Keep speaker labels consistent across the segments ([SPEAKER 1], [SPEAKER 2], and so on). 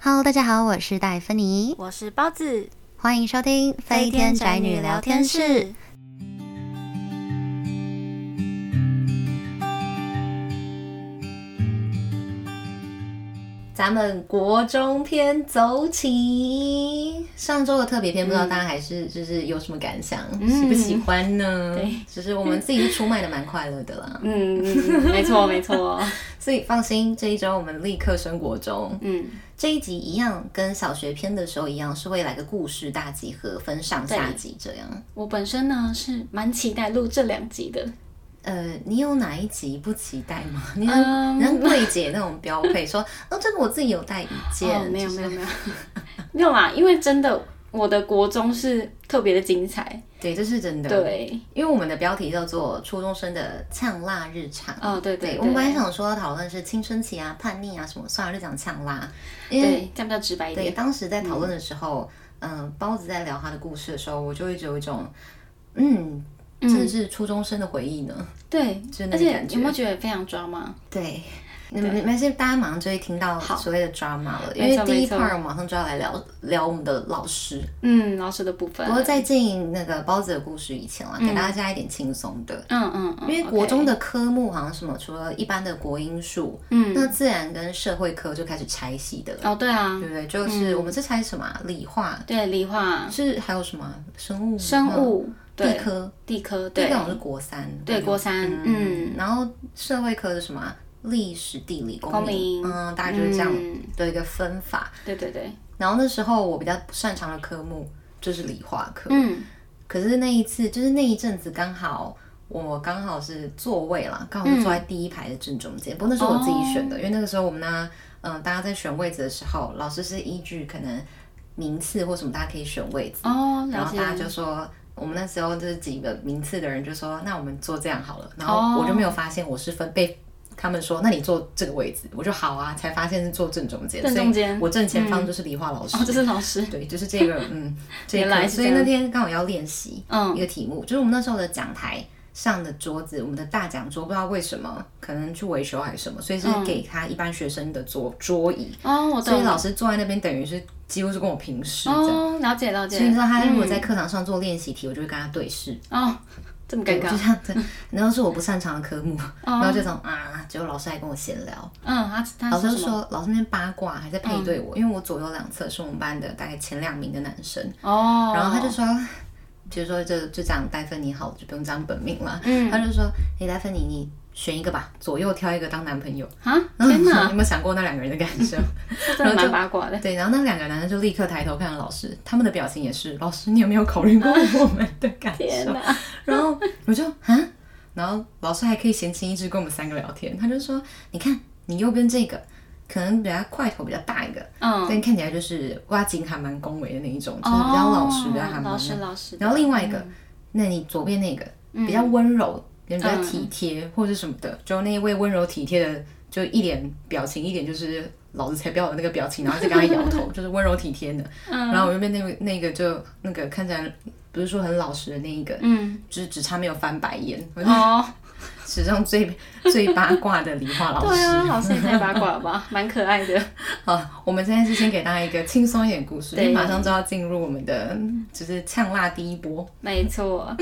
[SPEAKER 1] Hello，大家好，我是戴芬妮，
[SPEAKER 2] 我是包子，
[SPEAKER 1] 欢迎收听《飞天宅女聊天室》。咱们国中篇走起，上周的特别篇，不知道大家还是就是有什么感想，喜不喜欢呢？
[SPEAKER 2] 对
[SPEAKER 1] 只是我们自己出卖的蛮快乐的 啦，
[SPEAKER 2] 嗯，没错没错，
[SPEAKER 1] 所以放心，这一周我们立刻升国中。
[SPEAKER 2] 嗯，
[SPEAKER 1] 这一集一样跟小学篇的时候一样，是会来个故事大集合，分上下集这样。
[SPEAKER 2] 我本身呢是蛮期待录这两集的，
[SPEAKER 1] 呃，你有哪一集不期待 吗？你能、
[SPEAKER 2] 嗯
[SPEAKER 1] 你能对解那种标配，说 哦，这个我自己有带意见，
[SPEAKER 2] 哦，没有
[SPEAKER 1] 就是
[SPEAKER 2] 没有没有 没有啦，因为真的我的国中是特别的精彩，
[SPEAKER 1] 对，这是真的。
[SPEAKER 2] 对，
[SPEAKER 1] 因为我们的标题叫做“初中生的呛辣日常”，
[SPEAKER 2] 哦对对
[SPEAKER 1] 对
[SPEAKER 2] 对
[SPEAKER 1] 我们本来想说讨论是青春期啊、叛逆啊什么，算了就讲呛辣，因为
[SPEAKER 2] 对，这样比较直白一
[SPEAKER 1] 对
[SPEAKER 2] 点，
[SPEAKER 1] 当时在讨论的时候，嗯、包子在聊他的故事的时候，我就会有一种，嗯，真的是初中生的回忆呢。
[SPEAKER 2] 对
[SPEAKER 1] 就，那个
[SPEAKER 2] 而且
[SPEAKER 1] 感觉
[SPEAKER 2] 有没有觉得非常抓吗？
[SPEAKER 1] 对，那没没事，大家马上就会听到所谓的 drama 了，因
[SPEAKER 2] 没
[SPEAKER 1] 为
[SPEAKER 2] 错
[SPEAKER 1] 第一
[SPEAKER 2] 没错
[SPEAKER 1] part 马上就要来聊聊我们的老师。
[SPEAKER 2] 嗯，老师的部分
[SPEAKER 1] 不，过在进那个包子的故事以前啊啦，给大家加一点轻松的。
[SPEAKER 2] 嗯嗯嗯，
[SPEAKER 1] 因为国
[SPEAKER 2] OK
[SPEAKER 1] 中的科目好像什么，除了一般的国英数，
[SPEAKER 2] 嗯，
[SPEAKER 1] 那自然跟社会科就开始拆系的了，
[SPEAKER 2] 哦对啊
[SPEAKER 1] 对，不对？就是我们是拆什么啊、理化
[SPEAKER 2] 对理化、
[SPEAKER 1] 是还有什么啊生物、
[SPEAKER 2] 生物、
[SPEAKER 1] 地
[SPEAKER 2] 对
[SPEAKER 1] 科，
[SPEAKER 2] 地科，
[SPEAKER 1] 地
[SPEAKER 2] 对
[SPEAKER 1] 科好像是国三，
[SPEAKER 2] 对国三，嗯。
[SPEAKER 1] 嗯，然后社会科是什么啊？历史、地理、公
[SPEAKER 2] 公民
[SPEAKER 1] 嗯，大概就是这样
[SPEAKER 2] 嗯
[SPEAKER 1] 的一个分法。
[SPEAKER 2] 对对对，
[SPEAKER 1] 然后那时候我比较不擅长的科目就是理化科，
[SPEAKER 2] 嗯，
[SPEAKER 1] 可是那一次就是那一阵子刚好。我刚好是座位啦，刚好是坐在第一排的正中间。不过那是我自己选的，因为那个时候我们呢，嗯、大家在选位置的时候，老师是依据可能名次或什么，大家可以选位置。
[SPEAKER 2] 哦，
[SPEAKER 1] 然
[SPEAKER 2] 了
[SPEAKER 1] 后
[SPEAKER 2] 解，
[SPEAKER 1] 大家就说，我们那时候就是几个名次的人就说，那我们做这样好了。然
[SPEAKER 2] 哦
[SPEAKER 1] 后我就没有发现我是分被他们说，那你坐这个位置，我就好啊，才发现是坐正中间，
[SPEAKER 2] 正中间
[SPEAKER 1] 所以我正前方就是理化老师。
[SPEAKER 2] 哦，这是老师，
[SPEAKER 1] 对，就是这个， 嗯，这一
[SPEAKER 2] 原来
[SPEAKER 1] 课，
[SPEAKER 2] 是
[SPEAKER 1] 所以那天刚好要练习
[SPEAKER 2] 嗯
[SPEAKER 1] 一个题目，就是我们那时候的讲台上的桌子，我们的大讲桌，不知道为什么，可能去维修还是什么，所以是给他一般学生的桌桌椅，
[SPEAKER 2] 嗯哦，我
[SPEAKER 1] 所以
[SPEAKER 2] 懂，
[SPEAKER 1] 老师坐在那边，等于是几乎是跟我平视这样。
[SPEAKER 2] 哦，了解嗯了
[SPEAKER 1] 所以你
[SPEAKER 2] 解
[SPEAKER 1] 知，道他如果在课堂上做练习题，我就会跟他对视，
[SPEAKER 2] 哦，这么尴
[SPEAKER 1] 对
[SPEAKER 2] 尬，
[SPEAKER 1] 就这样子。然后是我不擅长的科目，然后
[SPEAKER 2] 哦，
[SPEAKER 1] 就这种啊，结果老师还跟我闲聊，
[SPEAKER 2] 嗯，他他
[SPEAKER 1] 老师就
[SPEAKER 2] 什么？嗯
[SPEAKER 1] 说老师那边八卦还在配对我，因为我左右两侧是我们班的大概前两名的男生，
[SPEAKER 2] 哦，
[SPEAKER 1] 然后他就说。比如说就，就这样，戴芬妮好，就不用讲本名了。
[SPEAKER 2] 嗯
[SPEAKER 1] 他就说：“哎、戴芬妮，你选一个吧，左右挑一个当男朋友。
[SPEAKER 2] 啊，”天
[SPEAKER 1] 然后你
[SPEAKER 2] 哪，
[SPEAKER 1] 有没有想过那两个人的感受？
[SPEAKER 2] 这真的 蛮八卦的，
[SPEAKER 1] 对，然后那两个男生就立刻抬头看老师，他们的表情也是：“老师，你有没有考虑过我们的 感受？”
[SPEAKER 2] 天哪，
[SPEAKER 1] 然后我就啊，然后老师还可以闲情逸致跟我们三个聊天，他就说：“你看你右边这个，可能比较块头比较大一个，
[SPEAKER 2] 嗯，
[SPEAKER 1] 但看起来就是挖井还蛮恭维的那一种，就是比较老实的还
[SPEAKER 2] 哦，
[SPEAKER 1] 蛮。
[SPEAKER 2] 老师嗯老师，嗯
[SPEAKER 1] 然后另外一个，嗯那你左边那个比较温柔，人比较体贴或者什么的，就那一位温柔体贴的，就一脸表情，一脸就是。”老子才不要有那个表情，然后就跟他摇头， 就是温柔体贴的。
[SPEAKER 2] 嗯
[SPEAKER 1] 然后我右边那个那个就那个看起来不是说很老实的那一个，
[SPEAKER 2] 嗯，
[SPEAKER 1] 就是只差没有翻白眼，我就
[SPEAKER 2] 哦，
[SPEAKER 1] 史上最最八卦的理化老
[SPEAKER 2] 对
[SPEAKER 1] 师。
[SPEAKER 2] 啊，老师也太八卦了 吧，蛮可爱的，
[SPEAKER 1] 好，我们现在是先给大家一个轻松一点的故事，因
[SPEAKER 2] 对
[SPEAKER 1] 为马上就要进入我们的就是呛辣第一波。
[SPEAKER 2] 没错，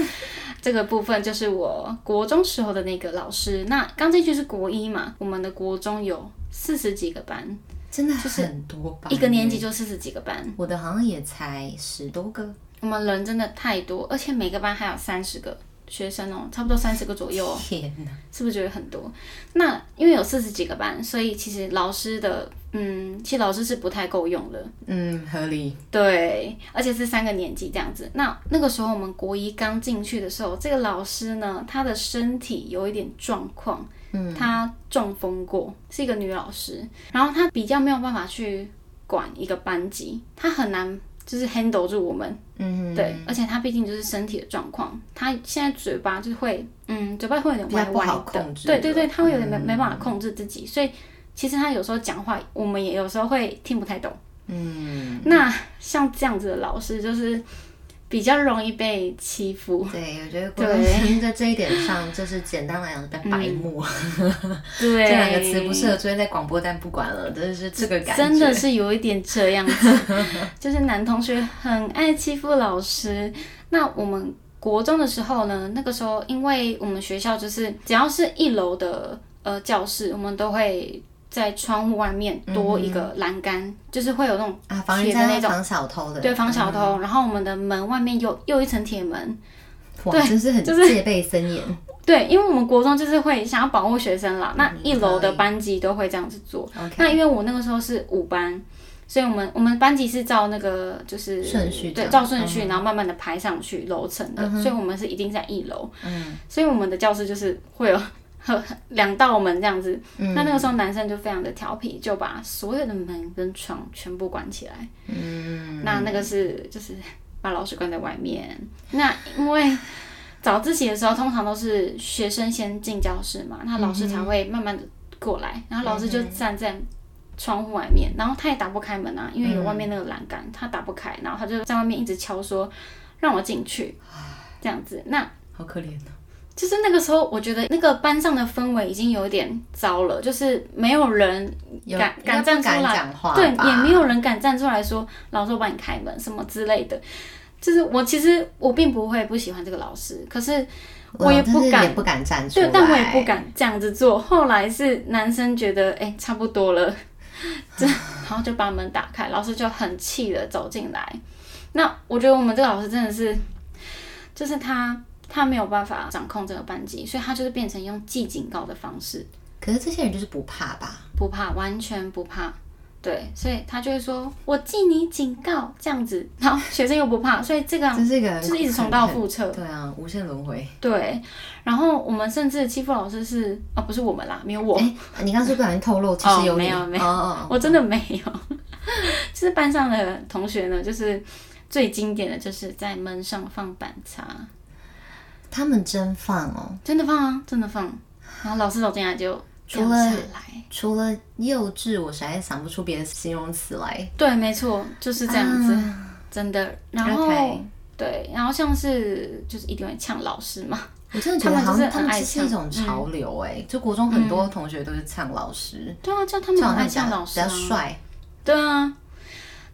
[SPEAKER 2] 这个部分就是我国中时候的那个老师。那刚进去是国一嘛，我们的国中有四十几个班，
[SPEAKER 1] 真的很多吧？
[SPEAKER 2] 一个年级就四十几个班，
[SPEAKER 1] 我的好像也才十多个，
[SPEAKER 2] 我们人真的太多，而且每个班还有三十个学生哦，差不多三十个左右哦，
[SPEAKER 1] 天哪！
[SPEAKER 2] 是不是觉得很多？那因为有四十几个班，所以其实老师的，嗯，其实老师是不太够用的。
[SPEAKER 1] 嗯，合理。
[SPEAKER 2] 对，而且是三个年级这样子。那那个时候我们国一刚进去的时候，这个老师呢，她的身体有一点状况，嗯，她中风过，是一个女老师，然后她比较没有办法去管一个班级，她很难就是 handle 住我们，
[SPEAKER 1] 嗯，
[SPEAKER 2] 对，而且她毕竟就是身体的状况，她现在嘴巴就会，嗯，嘴巴会有点
[SPEAKER 1] 比较
[SPEAKER 2] 歪
[SPEAKER 1] 不
[SPEAKER 2] 歪
[SPEAKER 1] 好
[SPEAKER 2] 的
[SPEAKER 1] 控，制嗯
[SPEAKER 2] 对对对，
[SPEAKER 1] 了
[SPEAKER 2] 她会有点没、没办法控制自己，所以其实她有时候讲话，我们也有时候会听不太懂。
[SPEAKER 1] 嗯，
[SPEAKER 2] 那像这样子的老师，就是比较容易被欺 负。
[SPEAKER 1] 对，我觉得郭冬生在这一点上，就是简单来讲比较白
[SPEAKER 2] 嗯
[SPEAKER 1] 目。
[SPEAKER 2] 对，
[SPEAKER 1] 这两个词不适合出现在广播，但不管了，就是这个感觉。
[SPEAKER 2] 真的是有一点这样子， 就是男同学很爱欺负老师。那我们国中的时候呢，那个时候因为我们学校就是只要是一楼的呃教室，我们都会。在窗户外面多一个栏杆，
[SPEAKER 1] 嗯
[SPEAKER 2] 就是会有那种
[SPEAKER 1] 啊，防人
[SPEAKER 2] 铁的
[SPEAKER 1] 家
[SPEAKER 2] 那种，
[SPEAKER 1] 防小偷的，
[SPEAKER 2] 对，防小
[SPEAKER 1] 嗯
[SPEAKER 2] 偷。然后我们的门外面有又一层铁门，
[SPEAKER 1] 哇，真是很戒备森严。
[SPEAKER 2] 对，因为我们国中就是会想要保护学生啦，那
[SPEAKER 1] 嗯
[SPEAKER 2] 一楼
[SPEAKER 1] 合
[SPEAKER 2] 的班级都会这样子做。
[SPEAKER 1] OK，
[SPEAKER 2] 那因为我那个时候是五班，所以我们我们班级是照那个就是
[SPEAKER 1] 顺序
[SPEAKER 2] 对，
[SPEAKER 1] 这样嗯
[SPEAKER 2] 照顺序，然后慢慢的排上去楼层的，所以我们是一定在一楼，
[SPEAKER 1] 嗯
[SPEAKER 2] 所以我们的教室就是会有 和两道门这样子。
[SPEAKER 1] 嗯
[SPEAKER 2] 那那个时候男生就非常的调皮，就把所有的门跟窗全部关起来。
[SPEAKER 1] 嗯，
[SPEAKER 2] 那那个是就是把老师关在外面。那因为早自习的时候，通常都是学生先进教室嘛，那老师才会慢慢的过来，然后老师就
[SPEAKER 1] 嗯
[SPEAKER 2] 站在。窗户外面，然后他也打不开门啊，因为有外面那个栏杆，他打不开，然后他就在外面一直敲说让我进去，这样子。那
[SPEAKER 1] 好可怜。哦
[SPEAKER 2] 就是那个时候，我觉得那个班上的氛围已经有点糟了，就是没有人
[SPEAKER 1] 有
[SPEAKER 2] 敢
[SPEAKER 1] 应该
[SPEAKER 2] 敢
[SPEAKER 1] 不
[SPEAKER 2] 站出
[SPEAKER 1] 敢
[SPEAKER 2] 来
[SPEAKER 1] 讲话吧，
[SPEAKER 2] 对，也没有人敢站出来说老师我帮你开门什么之类的。就是我其实我并不会不喜欢这个老师，可是我也
[SPEAKER 1] 嗯但
[SPEAKER 2] 不
[SPEAKER 1] 是
[SPEAKER 2] 敢
[SPEAKER 1] 也不敢站出来。
[SPEAKER 2] 对，但我也不敢这样子做。后来是男生觉得哎、差不多 了，这然后就把门打开，老师就很气的走进来。那我觉得我们这个老师真的是，就是他他没有办法掌控这个班级，所以他就是变成用记警告的方式。
[SPEAKER 1] 可是这些人就是不怕吧？
[SPEAKER 2] 不怕，完全不怕。对，所以他就会说：“我记你警告。”这样子，然后学生又不怕，所以这个啊
[SPEAKER 1] 这是一个
[SPEAKER 2] 就是一直重蹈覆辙。
[SPEAKER 1] 对啊，无限轮回。
[SPEAKER 2] 对，然后我们甚至欺负老师是啊，不是我们啦，没有我，
[SPEAKER 1] 哎，你刚刚是不小心透露，其
[SPEAKER 2] 哦
[SPEAKER 1] 实有
[SPEAKER 2] 没
[SPEAKER 1] 你
[SPEAKER 2] 有没有
[SPEAKER 1] 哦哦
[SPEAKER 2] 我真的没有。就是班上的同学呢，就是最经典的就是在门上放板擦，
[SPEAKER 1] 哦他们真放哦。
[SPEAKER 2] 真的放啊，真的放。然后老师走进来就
[SPEAKER 1] 除
[SPEAKER 2] 掉
[SPEAKER 1] 了
[SPEAKER 2] 下来。
[SPEAKER 1] 除了幼稚，我实在想不出别的形容词来。
[SPEAKER 2] 对，没错，就是这样子，
[SPEAKER 1] 啊
[SPEAKER 2] 真的。然后
[SPEAKER 1] OK
[SPEAKER 2] 对，然后像是就是一定会呛老师嘛，
[SPEAKER 1] 我真的觉得
[SPEAKER 2] 啊他
[SPEAKER 1] 好
[SPEAKER 2] 们就
[SPEAKER 1] 像
[SPEAKER 2] 是
[SPEAKER 1] 他
[SPEAKER 2] 很
[SPEAKER 1] 们
[SPEAKER 2] 爱嗯
[SPEAKER 1] 这是一种潮流哎、就国中很多同学都是呛老师，
[SPEAKER 2] 对啊，叫他们很爱
[SPEAKER 1] 比较
[SPEAKER 2] 呛老师、啊
[SPEAKER 1] 比，较帅，
[SPEAKER 2] 对啊。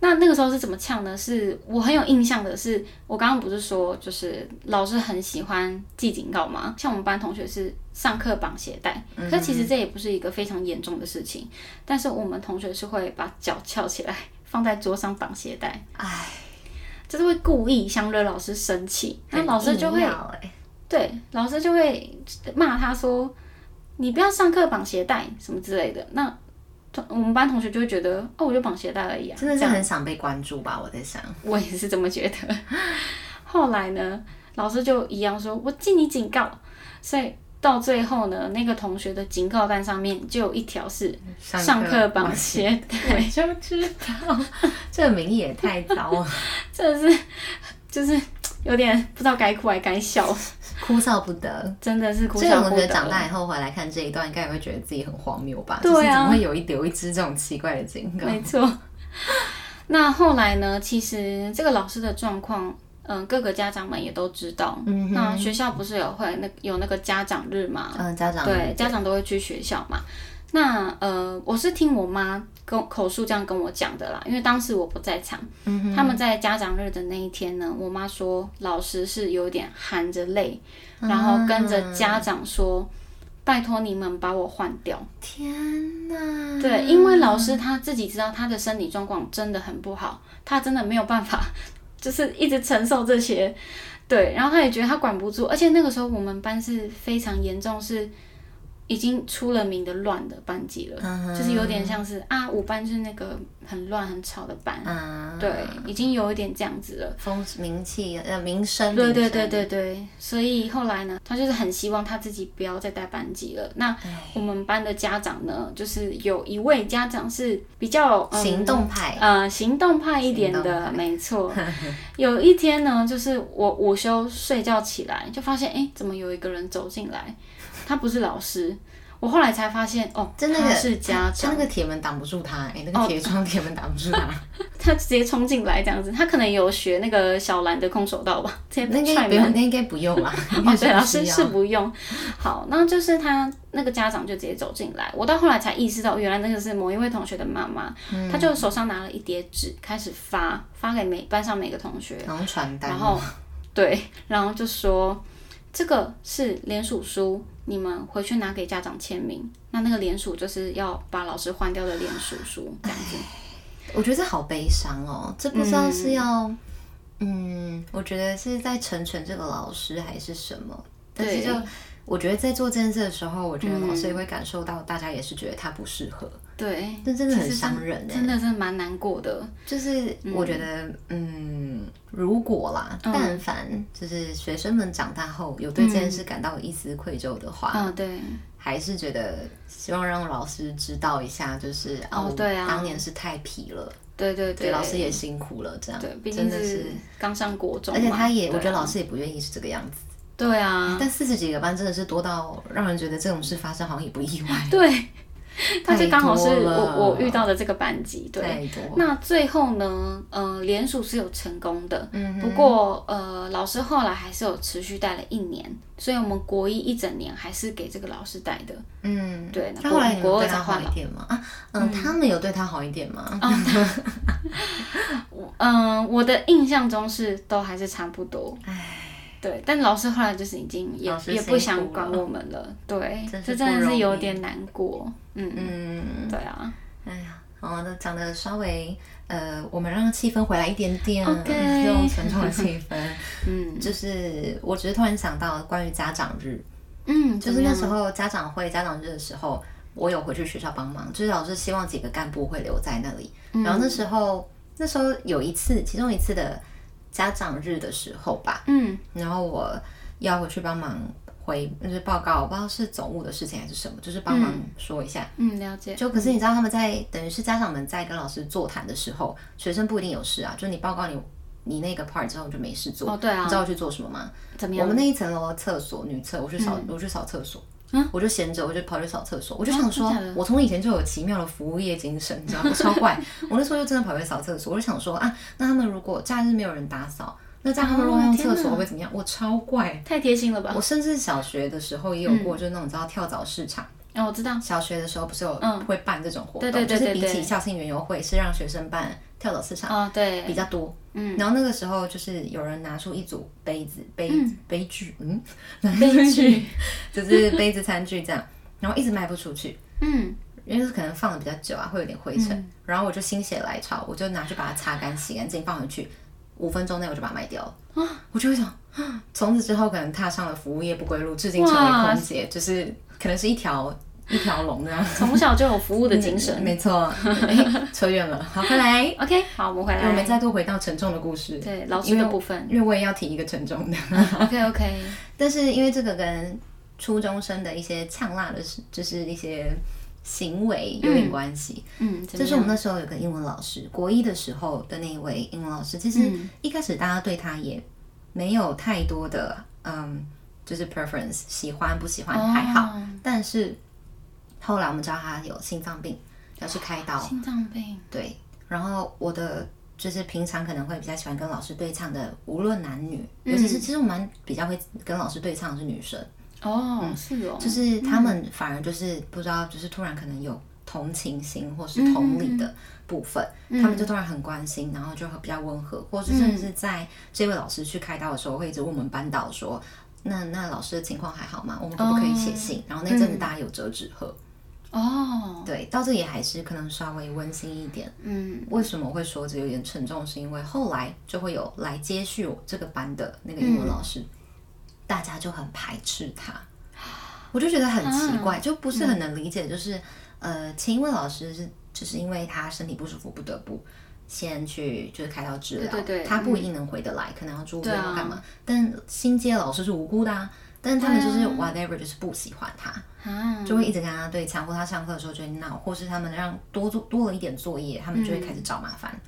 [SPEAKER 2] 那那个时候是怎么呛呢？是我很有印象的是，我刚刚不是说就是老师很喜欢记警告吗？像我们班同学是上课绑鞋带，可是其实这也不是一个非常严重的事情，但是我们同学是会把脚翘起来放在桌上绑鞋带，
[SPEAKER 1] 哎，
[SPEAKER 2] 就是会故意想惹老师生气，那老师就会哎
[SPEAKER 1] 很硬要欸
[SPEAKER 2] 对，老师就会骂他说：“你不要上课绑鞋带什么之类的。那”我们班同学就会觉得：“哦，我就绑鞋带而已啊。”
[SPEAKER 1] 真的
[SPEAKER 2] 这
[SPEAKER 1] 是
[SPEAKER 2] 样，
[SPEAKER 1] 很想被关注吧？我在想，
[SPEAKER 2] 我也是这么觉得。 后来呢，老师就一样说：“我记你警告。”所以到最后呢，那个同学的警告单上面就有一条是上课绑鞋带。
[SPEAKER 1] 我就知道， 这个名义也太糟了，
[SPEAKER 2] 真的是，就是有点不知道该哭还该笑，
[SPEAKER 1] 哭笑不得。
[SPEAKER 2] 真的是哭
[SPEAKER 1] 所以我
[SPEAKER 2] 笑
[SPEAKER 1] 同
[SPEAKER 2] 不
[SPEAKER 1] 学
[SPEAKER 2] 得。
[SPEAKER 1] 长大以后回来看这一段，应该也会觉得自己很荒谬吧？
[SPEAKER 2] 对啊
[SPEAKER 1] 就是怎么会有一留一只这种奇怪的警告？
[SPEAKER 2] 没错。 那后来呢？其实这个老师的状况，嗯，各个家长们也都知道。
[SPEAKER 1] 嗯哼
[SPEAKER 2] 那学校不是有会那有那个家长日嘛？
[SPEAKER 1] 嗯，家长
[SPEAKER 2] 对，家长都会去学校嘛。那呃，我是听我妈跟口述这样跟我讲的啦，因为当时我不在场。
[SPEAKER 1] 嗯
[SPEAKER 2] 他们在家长日的那一天呢，我妈说老师是有点含着泪，
[SPEAKER 1] 啊
[SPEAKER 2] 然后跟着家长说：“拜托你们把我换掉。”
[SPEAKER 1] 天哪，
[SPEAKER 2] 对，因为老师他自己知道他的身体状况真的很不好，他真的没有办法， 就是一直承受这些。对，然后他也觉得他管不住，而且那个时候我们班是非常严重，是已经出了名的乱的班级了，
[SPEAKER 1] 嗯哼
[SPEAKER 2] 就是有点像是啊，五班是那个很乱很吵的班，
[SPEAKER 1] 啊，
[SPEAKER 2] 对，已经有一点这样子了。
[SPEAKER 1] 风名气呃名声，
[SPEAKER 2] 对对
[SPEAKER 1] 名
[SPEAKER 2] 对
[SPEAKER 1] 声
[SPEAKER 2] 对对，所以后来呢，他就是很希望他自己不要再带班级了。那
[SPEAKER 1] 哎
[SPEAKER 2] 我们班的家长呢，就是有一位家长是比较、嗯、
[SPEAKER 1] 行动派，
[SPEAKER 2] 呃行动派一点
[SPEAKER 1] 行动
[SPEAKER 2] 的，没错。有一天呢，就是我午休睡觉起来，就发现哎、诶怎么有一个人走进来？他不是老师，我后来才发现哦，
[SPEAKER 1] 真的
[SPEAKER 2] 他是家
[SPEAKER 1] 他
[SPEAKER 2] 长
[SPEAKER 1] 欸哦那。个铁门挡不住他，哎、那个铁窗铁门挡不住他，
[SPEAKER 2] 他直接冲进来这样子，他可能有学那个小兰的空手道吧，直接
[SPEAKER 1] 那应
[SPEAKER 2] 踹
[SPEAKER 1] 该不
[SPEAKER 2] 门。
[SPEAKER 1] 用，那应该不用啦。 应该
[SPEAKER 2] 哦，
[SPEAKER 1] 啊是
[SPEAKER 2] 对，老
[SPEAKER 1] 不
[SPEAKER 2] 师
[SPEAKER 1] 需要
[SPEAKER 2] 是不用。好，那就是他那个家长就直接走进来，我到后来才意识到，原来那个是某一位同学的妈妈，
[SPEAKER 1] 嗯
[SPEAKER 2] 她就手上拿了一叠纸，开始发发给每班上每个同学，
[SPEAKER 1] 然后传单
[SPEAKER 2] 然，后对，然后就说这个是联署书，你们回去拿给家长签名。那那个联署就是要把老师换掉的联署书，这样子。
[SPEAKER 1] 我觉得这好悲伤哦，这不知道是要，嗯我觉得是在成全这个老师还是什么，但是
[SPEAKER 2] 对
[SPEAKER 1] 就。我觉得在做这件事的时候，我觉得老师也会感受到，大家也是觉得他不适合，
[SPEAKER 2] 嗯对，
[SPEAKER 1] 这真的
[SPEAKER 2] 其
[SPEAKER 1] 很
[SPEAKER 2] 实嗯
[SPEAKER 1] 伤人哎、
[SPEAKER 2] 真的是蛮难过的。
[SPEAKER 1] 就是我觉得，嗯，如果啦，
[SPEAKER 2] 嗯
[SPEAKER 1] 但凡就是学生们长大后有对这件事感到一丝愧疚的话，
[SPEAKER 2] 嗯，对，
[SPEAKER 1] 还是觉得希望让老师知道一下，就是
[SPEAKER 2] 哦
[SPEAKER 1] 我
[SPEAKER 2] 对啊
[SPEAKER 1] 当年是太皮了，
[SPEAKER 2] 对对
[SPEAKER 1] 对老师也辛苦了，这样
[SPEAKER 2] 对，毕
[SPEAKER 1] 真
[SPEAKER 2] 竟
[SPEAKER 1] 的
[SPEAKER 2] 是
[SPEAKER 1] 是。
[SPEAKER 2] 刚上国中
[SPEAKER 1] 而
[SPEAKER 2] 嘛，
[SPEAKER 1] 且他也，我觉
[SPEAKER 2] 对
[SPEAKER 1] 得
[SPEAKER 2] 啊
[SPEAKER 1] 老师也不愿意是这个样子。
[SPEAKER 2] 对啊，
[SPEAKER 1] 但四十几个班真的是多到让人觉得这种事发生好像也不意外，
[SPEAKER 2] 对， 他就刚好是
[SPEAKER 1] 哎太多了
[SPEAKER 2] 我我遇到的这个班级，对。
[SPEAKER 1] 太多。
[SPEAKER 2] 那最后呢，呃，联署是有成功的，
[SPEAKER 1] 嗯
[SPEAKER 2] 不过呃，老师后来还是有持续带了一年，所以我们国一一整年还是给这个老师带的，
[SPEAKER 1] 嗯，
[SPEAKER 2] 对。那
[SPEAKER 1] 他后来你们
[SPEAKER 2] 国国二
[SPEAKER 1] 对
[SPEAKER 2] 才
[SPEAKER 1] 他好
[SPEAKER 2] 换
[SPEAKER 1] 一
[SPEAKER 2] 了，
[SPEAKER 1] 点吗？啊，嗯，他们有对他好一点吗？
[SPEAKER 2] 我嗯、我的印象中是都还是差不多，对。但老师后来就是已经也
[SPEAKER 1] 老师
[SPEAKER 2] 也
[SPEAKER 1] 辛
[SPEAKER 2] 不想
[SPEAKER 1] 苦
[SPEAKER 2] 管我们了，对，
[SPEAKER 1] 真
[SPEAKER 2] 这
[SPEAKER 1] 是
[SPEAKER 2] 真
[SPEAKER 1] 不
[SPEAKER 2] 的是
[SPEAKER 1] 容
[SPEAKER 2] 有
[SPEAKER 1] 易
[SPEAKER 2] 点难过，嗯，
[SPEAKER 1] 嗯，
[SPEAKER 2] 对啊。
[SPEAKER 1] 哎呀，哦，那讲的稍微，呃，我们让气氛回来一点点
[SPEAKER 2] OK
[SPEAKER 1] 用沉重的气氛。
[SPEAKER 2] 嗯
[SPEAKER 1] 就是，我只是突然想到关于家长日，
[SPEAKER 2] 嗯，
[SPEAKER 1] 就
[SPEAKER 2] 怎么
[SPEAKER 1] 是那
[SPEAKER 2] 样
[SPEAKER 1] 时候家长会、家长日的时候，我有回去学校帮忙，就是老师希望几个干部会留在那里。
[SPEAKER 2] 嗯
[SPEAKER 1] 然后那时候，那时候有一次，其中一次的家长日的时候吧，
[SPEAKER 2] 嗯
[SPEAKER 1] 然后我要回去帮忙回，就是报告，我不知道是总务的事情还是什么，就是帮忙说一下。
[SPEAKER 2] 嗯，了解，
[SPEAKER 1] 就可是你知道他们在等于是家长们在跟老师座谈的时候，学生不一定有事啊，就你报告你你那个 part 之后你就没事做。
[SPEAKER 2] 哦对啊
[SPEAKER 1] 你知道我去做什么吗？
[SPEAKER 2] 怎么
[SPEAKER 1] 我
[SPEAKER 2] 样？嗯
[SPEAKER 1] 们那一层楼的厕所女厕，我去扫、我去扫厕所。我就闲着，我就跑去扫厕所，我就想说，
[SPEAKER 2] 啊哦真的假的
[SPEAKER 1] 我从以前就有奇妙的服务业精神，你知道 吗？超怪。我那时候就真的跑去扫厕所，我就想说啊，那他们如果假日没有人打扫，那这样他们如果
[SPEAKER 2] 哦
[SPEAKER 1] 用
[SPEAKER 2] 天
[SPEAKER 1] 厕所
[SPEAKER 2] 哪
[SPEAKER 1] 会不会怎么样？我超怪。
[SPEAKER 2] 太贴心了吧？
[SPEAKER 1] 我甚至小学的时候也有过，就是那种你知道跳蚤市场。
[SPEAKER 2] 哦，我知道，嗯
[SPEAKER 1] 小学的时候不是有会办这种活动，
[SPEAKER 2] 对对对对
[SPEAKER 1] 就是比
[SPEAKER 2] 对
[SPEAKER 1] 起校庆园游会是让学生办跳蚤市场
[SPEAKER 2] 哦，对，
[SPEAKER 1] 比较多。嗯，然后那个时候就是有人拿出一组杯子、杯、杯具，嗯，
[SPEAKER 2] 悲剧，
[SPEAKER 1] 就是杯子、餐具这样，然后一直卖不出去，
[SPEAKER 2] 嗯，
[SPEAKER 1] 因为可能放的比较久啊，会有点灰尘。然后我就心血来潮，我就拿去把它擦干、洗干净，放回去。五分钟内我就把它卖掉了，我就会想，啊从此之后可能踏上了服务业不归路，至今成为
[SPEAKER 2] 哇
[SPEAKER 1] 空姐，就是可能是一条一条龙这样。
[SPEAKER 2] 从小就有服务的精神。
[SPEAKER 1] 没 错，哎扯远了。好，回来，啊
[SPEAKER 2] OK，好，我们回
[SPEAKER 1] 我们
[SPEAKER 2] 来，
[SPEAKER 1] 再度回到沉重的哎故事。
[SPEAKER 2] 对老师的 部分。
[SPEAKER 1] 因为我也要提一个沉重的，
[SPEAKER 2] OK OK，
[SPEAKER 1] 但是因为这个跟初中生的一些呛辣的事，就是一些行为有点关系。
[SPEAKER 2] 嗯，怎
[SPEAKER 1] 这
[SPEAKER 2] 么
[SPEAKER 1] 是我们那时候有个英文老师，国一的时候的那一位英文老师，其
[SPEAKER 2] 嗯
[SPEAKER 1] 实一开始大家对他也没有太多的嗯，就是 preference，喜欢不喜欢
[SPEAKER 2] 哦
[SPEAKER 1] 还好，但是后来我们知道他有心脏病，要去开刀。
[SPEAKER 2] 心脏病，
[SPEAKER 1] 对，然后我的就是平常可能会比较喜欢跟老师对唱的，无论男女，
[SPEAKER 2] 嗯
[SPEAKER 1] 尤其是其实我蛮比较会跟老师对嗯唱的是女生，
[SPEAKER 2] 哦，是哦，
[SPEAKER 1] 就是他们反而就是不知道，就是突然可能有同情心或是同理
[SPEAKER 2] 嗯
[SPEAKER 1] 的部分，他们就突然很关心，然后就比较温和，
[SPEAKER 2] 嗯
[SPEAKER 1] 或是甚至是在这位老师去开刀的时候，会一直问我们班导说。那那老师的情况还好吗？我们可不可以写信？然后那阵子大家有折纸鹤，
[SPEAKER 2] 哦，
[SPEAKER 1] 对，到这里还是可能稍微温馨一点。
[SPEAKER 2] 嗯，
[SPEAKER 1] 为什么会说这有点沉重？是因为后来就会有来接续我这个班的那个英文老
[SPEAKER 2] 嗯
[SPEAKER 1] 师，大家就很排斥他，我就觉得很奇怪，
[SPEAKER 2] 啊
[SPEAKER 1] 就不是很能理解。就是、呃，前一位老师是就是因为他身体不舒服，不得不先去就是开刀治疗，
[SPEAKER 2] 对对对
[SPEAKER 1] 他不一定能回得来，可能要住院
[SPEAKER 2] 对
[SPEAKER 1] 或
[SPEAKER 2] 啊
[SPEAKER 1] 干嘛。但新接老师是无辜的啊，但是他们就是 whatever 就是不喜欢他。
[SPEAKER 2] 啊，
[SPEAKER 1] 就会一直跟他对呛，或他上课的时候就会闹，或是他们让多做多了一点作业，他们就会开始找麻烦，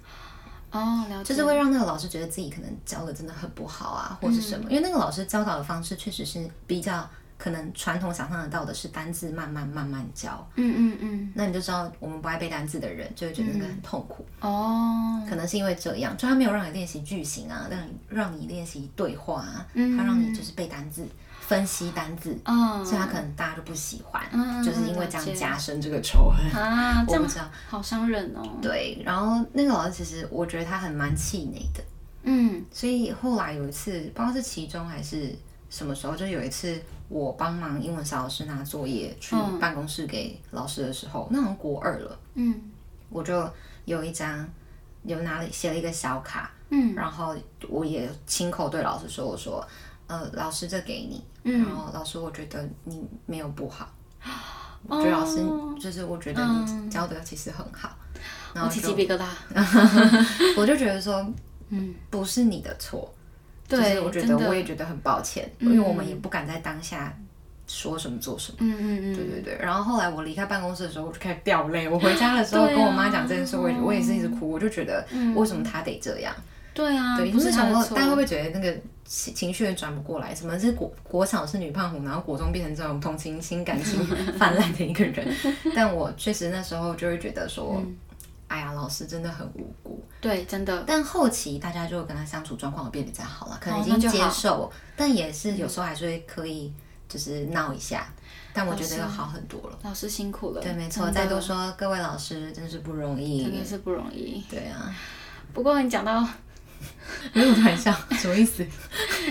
[SPEAKER 2] 嗯哦，了解，
[SPEAKER 1] 就是会让那个老师觉得
[SPEAKER 2] 嗯
[SPEAKER 1] 自己可能教的真的很不好啊，或是什么。因为那个老师教导的方式确实是比较可能传统想象得到的是单字慢慢慢慢教，
[SPEAKER 2] 嗯嗯嗯，
[SPEAKER 1] 那你就知道我们不爱背单字的人就会觉得那个很痛苦，
[SPEAKER 2] 哦，
[SPEAKER 1] 可能是因为这样，就他没有让你练习句型啊，让你让你练习对话啊，
[SPEAKER 2] 嗯
[SPEAKER 1] 他让你就是背单字、分析单字，
[SPEAKER 2] 哦，
[SPEAKER 1] 所以他可能大家就不喜欢，
[SPEAKER 2] 嗯
[SPEAKER 1] 就是因为这
[SPEAKER 2] 了解
[SPEAKER 1] 样加深这个仇恨。
[SPEAKER 2] 啊，这
[SPEAKER 1] 我
[SPEAKER 2] 样
[SPEAKER 1] 不知道，
[SPEAKER 2] 好伤人哦。
[SPEAKER 1] 对，然后那个老师其实我觉得他很蛮气馁的，
[SPEAKER 2] 嗯
[SPEAKER 1] 所以后来有一次，不知道是期中还是什么时候，就有一次我帮忙英文小老师拿作业去办公室给老师的时候，那好像国二了，
[SPEAKER 2] 嗯
[SPEAKER 1] 我就有一张有拿了写了一个小卡，
[SPEAKER 2] 嗯
[SPEAKER 1] 然后我也亲口对老师说，我说，呃，老师这给你，然
[SPEAKER 2] 嗯，
[SPEAKER 1] 后老师我觉得你没有不 好，我
[SPEAKER 2] 哦
[SPEAKER 1] 觉
[SPEAKER 2] 嗯
[SPEAKER 1] 得老师就是我觉得你教的其实很好，然
[SPEAKER 2] 我
[SPEAKER 1] 后
[SPEAKER 2] 起
[SPEAKER 1] 就
[SPEAKER 2] 鸡皮疙瘩。
[SPEAKER 1] 我就觉得说
[SPEAKER 2] 嗯，
[SPEAKER 1] 不是你的错。就是
[SPEAKER 2] 对，
[SPEAKER 1] 我觉
[SPEAKER 2] 真
[SPEAKER 1] 得
[SPEAKER 2] 的
[SPEAKER 1] 我也觉得很抱歉，因
[SPEAKER 2] 嗯
[SPEAKER 1] 为我们也不敢在当下说什么做什么。
[SPEAKER 2] 嗯嗯嗯，
[SPEAKER 1] 对对对，然后后来我离开办公室的时候，我就开始掉泪。我回家的时候
[SPEAKER 2] 对啊
[SPEAKER 1] 跟我妈讲这件事，我也我也是一直哭，我就觉得为什么他得这样？
[SPEAKER 2] 对啊，
[SPEAKER 1] 对，
[SPEAKER 2] 不
[SPEAKER 1] 就是是
[SPEAKER 2] 他
[SPEAKER 1] 想
[SPEAKER 2] 的
[SPEAKER 1] 说，大家会不
[SPEAKER 2] 错。
[SPEAKER 1] 会觉得那个情情绪也转不过来？什么是国国小是女胖虎，然后国中变成这种同情心、感 情泛滥的一个人？但我确实那时候就会觉得说，
[SPEAKER 2] 嗯
[SPEAKER 1] 哎呀，老师真的很无辜。
[SPEAKER 2] 对，真的，
[SPEAKER 1] 呃但后期大家就跟他相处状况有变得比较好了，可能已
[SPEAKER 2] 哦那
[SPEAKER 1] 经
[SPEAKER 2] 就
[SPEAKER 1] 接
[SPEAKER 2] 好嗯
[SPEAKER 1] 受，但也是有时候还是会可以就是闹一下，但我觉得好很多了。
[SPEAKER 2] 老师辛苦了。
[SPEAKER 1] 对，没
[SPEAKER 2] 真
[SPEAKER 1] 错。
[SPEAKER 2] 的
[SPEAKER 1] 再多说，各位老师真是不容
[SPEAKER 2] 真的
[SPEAKER 1] 易。
[SPEAKER 2] 是不容易。
[SPEAKER 1] 对 啊，
[SPEAKER 2] 不过你讲到，
[SPEAKER 1] 没有玩笑，什么意思？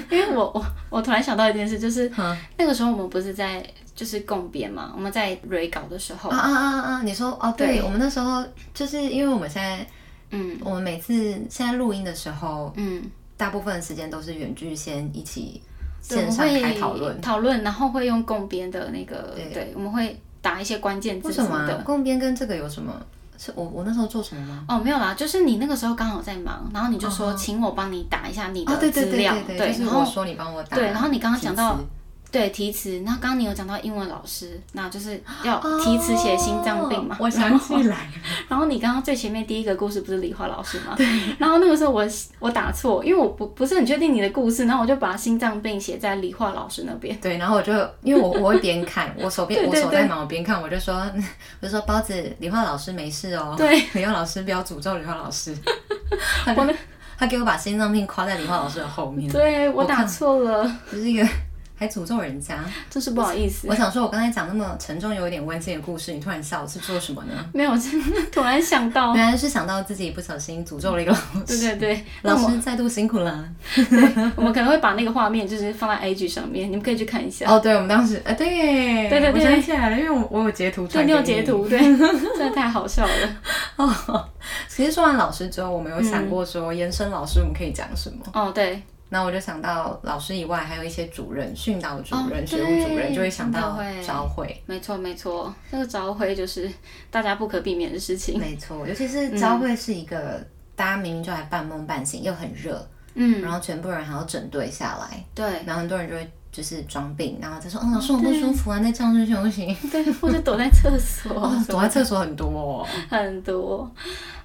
[SPEAKER 2] 因为我我我突然想到一件事，就是
[SPEAKER 1] 啊
[SPEAKER 2] 那个时候我们不是在就是共编嘛，我们在蕊稿的时候
[SPEAKER 1] 啊，啊啊啊！你说哦，对
[SPEAKER 2] 对
[SPEAKER 1] 我们那时候就是因为我们现在，
[SPEAKER 2] 嗯
[SPEAKER 1] 我们每次现在录音的时候，
[SPEAKER 2] 嗯，
[SPEAKER 1] 大部分的时间都是远距先一起
[SPEAKER 2] 对，
[SPEAKER 1] 线
[SPEAKER 2] 我
[SPEAKER 1] 上
[SPEAKER 2] 会
[SPEAKER 1] 开讨论。
[SPEAKER 2] 讨论，然后会用共编的那个，
[SPEAKER 1] 对
[SPEAKER 2] 对，我们会打一些关键字
[SPEAKER 1] 为什么、
[SPEAKER 2] 的。
[SPEAKER 1] 啊、共编跟这个有什么？是我我那时候做什么吗？
[SPEAKER 2] 哦，没有啦，就是你那个时候刚好在忙，然后你就说请我帮你打一下你的资料，
[SPEAKER 1] 哦对
[SPEAKER 2] 对，
[SPEAKER 1] 就是
[SPEAKER 2] 然
[SPEAKER 1] 我
[SPEAKER 2] 后
[SPEAKER 1] 说你帮我打。
[SPEAKER 2] 对，然后你刚刚讲到
[SPEAKER 1] 提词
[SPEAKER 2] 对题词，那刚刚你有讲到英文老师，那就是要题词写心脏病嘛，
[SPEAKER 1] 哦我想起来了，
[SPEAKER 2] 然后你刚刚最前面第一个故事不是理化老师吗？对。然后那个时候我我打错，因为我不不是很确定你的故事，然后我就把心脏病写在理化老师那边。
[SPEAKER 1] 对，然后我就因为我我会边看，我手边
[SPEAKER 2] 对
[SPEAKER 1] 我
[SPEAKER 2] 对
[SPEAKER 1] 手在忙，我边看，我就说 我就说包子，理化老师没事哦，
[SPEAKER 2] 对，
[SPEAKER 1] 理化老师不要诅咒理化老 师，他就他给我把心脏病夸在理化老师的后面，
[SPEAKER 2] 对我
[SPEAKER 1] 我
[SPEAKER 2] 打错了，
[SPEAKER 1] 就是一个还诅咒人家。
[SPEAKER 2] 真是不好意思。
[SPEAKER 1] 我想说，我刚才讲那么沉重、有一点温馨的故事，你突然笑，是做什么呢？
[SPEAKER 2] 没有，真的突然想到，
[SPEAKER 1] 原来是想到自己不小心诅咒了一个老
[SPEAKER 2] 对
[SPEAKER 1] 师，
[SPEAKER 2] 对对，那
[SPEAKER 1] 老
[SPEAKER 2] 我
[SPEAKER 1] 师再度辛苦了。
[SPEAKER 2] 我们可能会把那个画面就是放在 IG 上面，你们可以去看一下。
[SPEAKER 1] 哦，对，我们当时，啊，对，
[SPEAKER 2] 对对对
[SPEAKER 1] 我想起来了，因为我我有截图
[SPEAKER 2] 对，
[SPEAKER 1] 传
[SPEAKER 2] 你
[SPEAKER 1] 给
[SPEAKER 2] 有
[SPEAKER 1] 你。
[SPEAKER 2] 截。图，对，真的太好笑了。
[SPEAKER 1] 哦，其实说完老师之后，我们有
[SPEAKER 2] 嗯
[SPEAKER 1] 想过说，延伸老师我们可以讲什么？
[SPEAKER 2] 哦，对，
[SPEAKER 1] 那我就想到老师以外，还有一些主任、训导主任、
[SPEAKER 2] 哦
[SPEAKER 1] 学务主任，
[SPEAKER 2] 对
[SPEAKER 1] 就会想到
[SPEAKER 2] 真的会
[SPEAKER 1] 招会。
[SPEAKER 2] 没错没错，这个朝晖就是大家不可避免的事情。
[SPEAKER 1] 没错，尤其
[SPEAKER 2] 嗯
[SPEAKER 1] 是招会是一个、大家明明就还半梦半醒，又很热，
[SPEAKER 2] 嗯，
[SPEAKER 1] 然后全部人还要整队下来，
[SPEAKER 2] 对哦
[SPEAKER 1] 然后很多人就会就是装病，然后他说：“嗯，老师我不舒服啊，在教室休息。
[SPEAKER 2] 对， 或者躲在厕”所。
[SPEAKER 1] 哦，躲在厕所很多、哦。
[SPEAKER 2] 很多。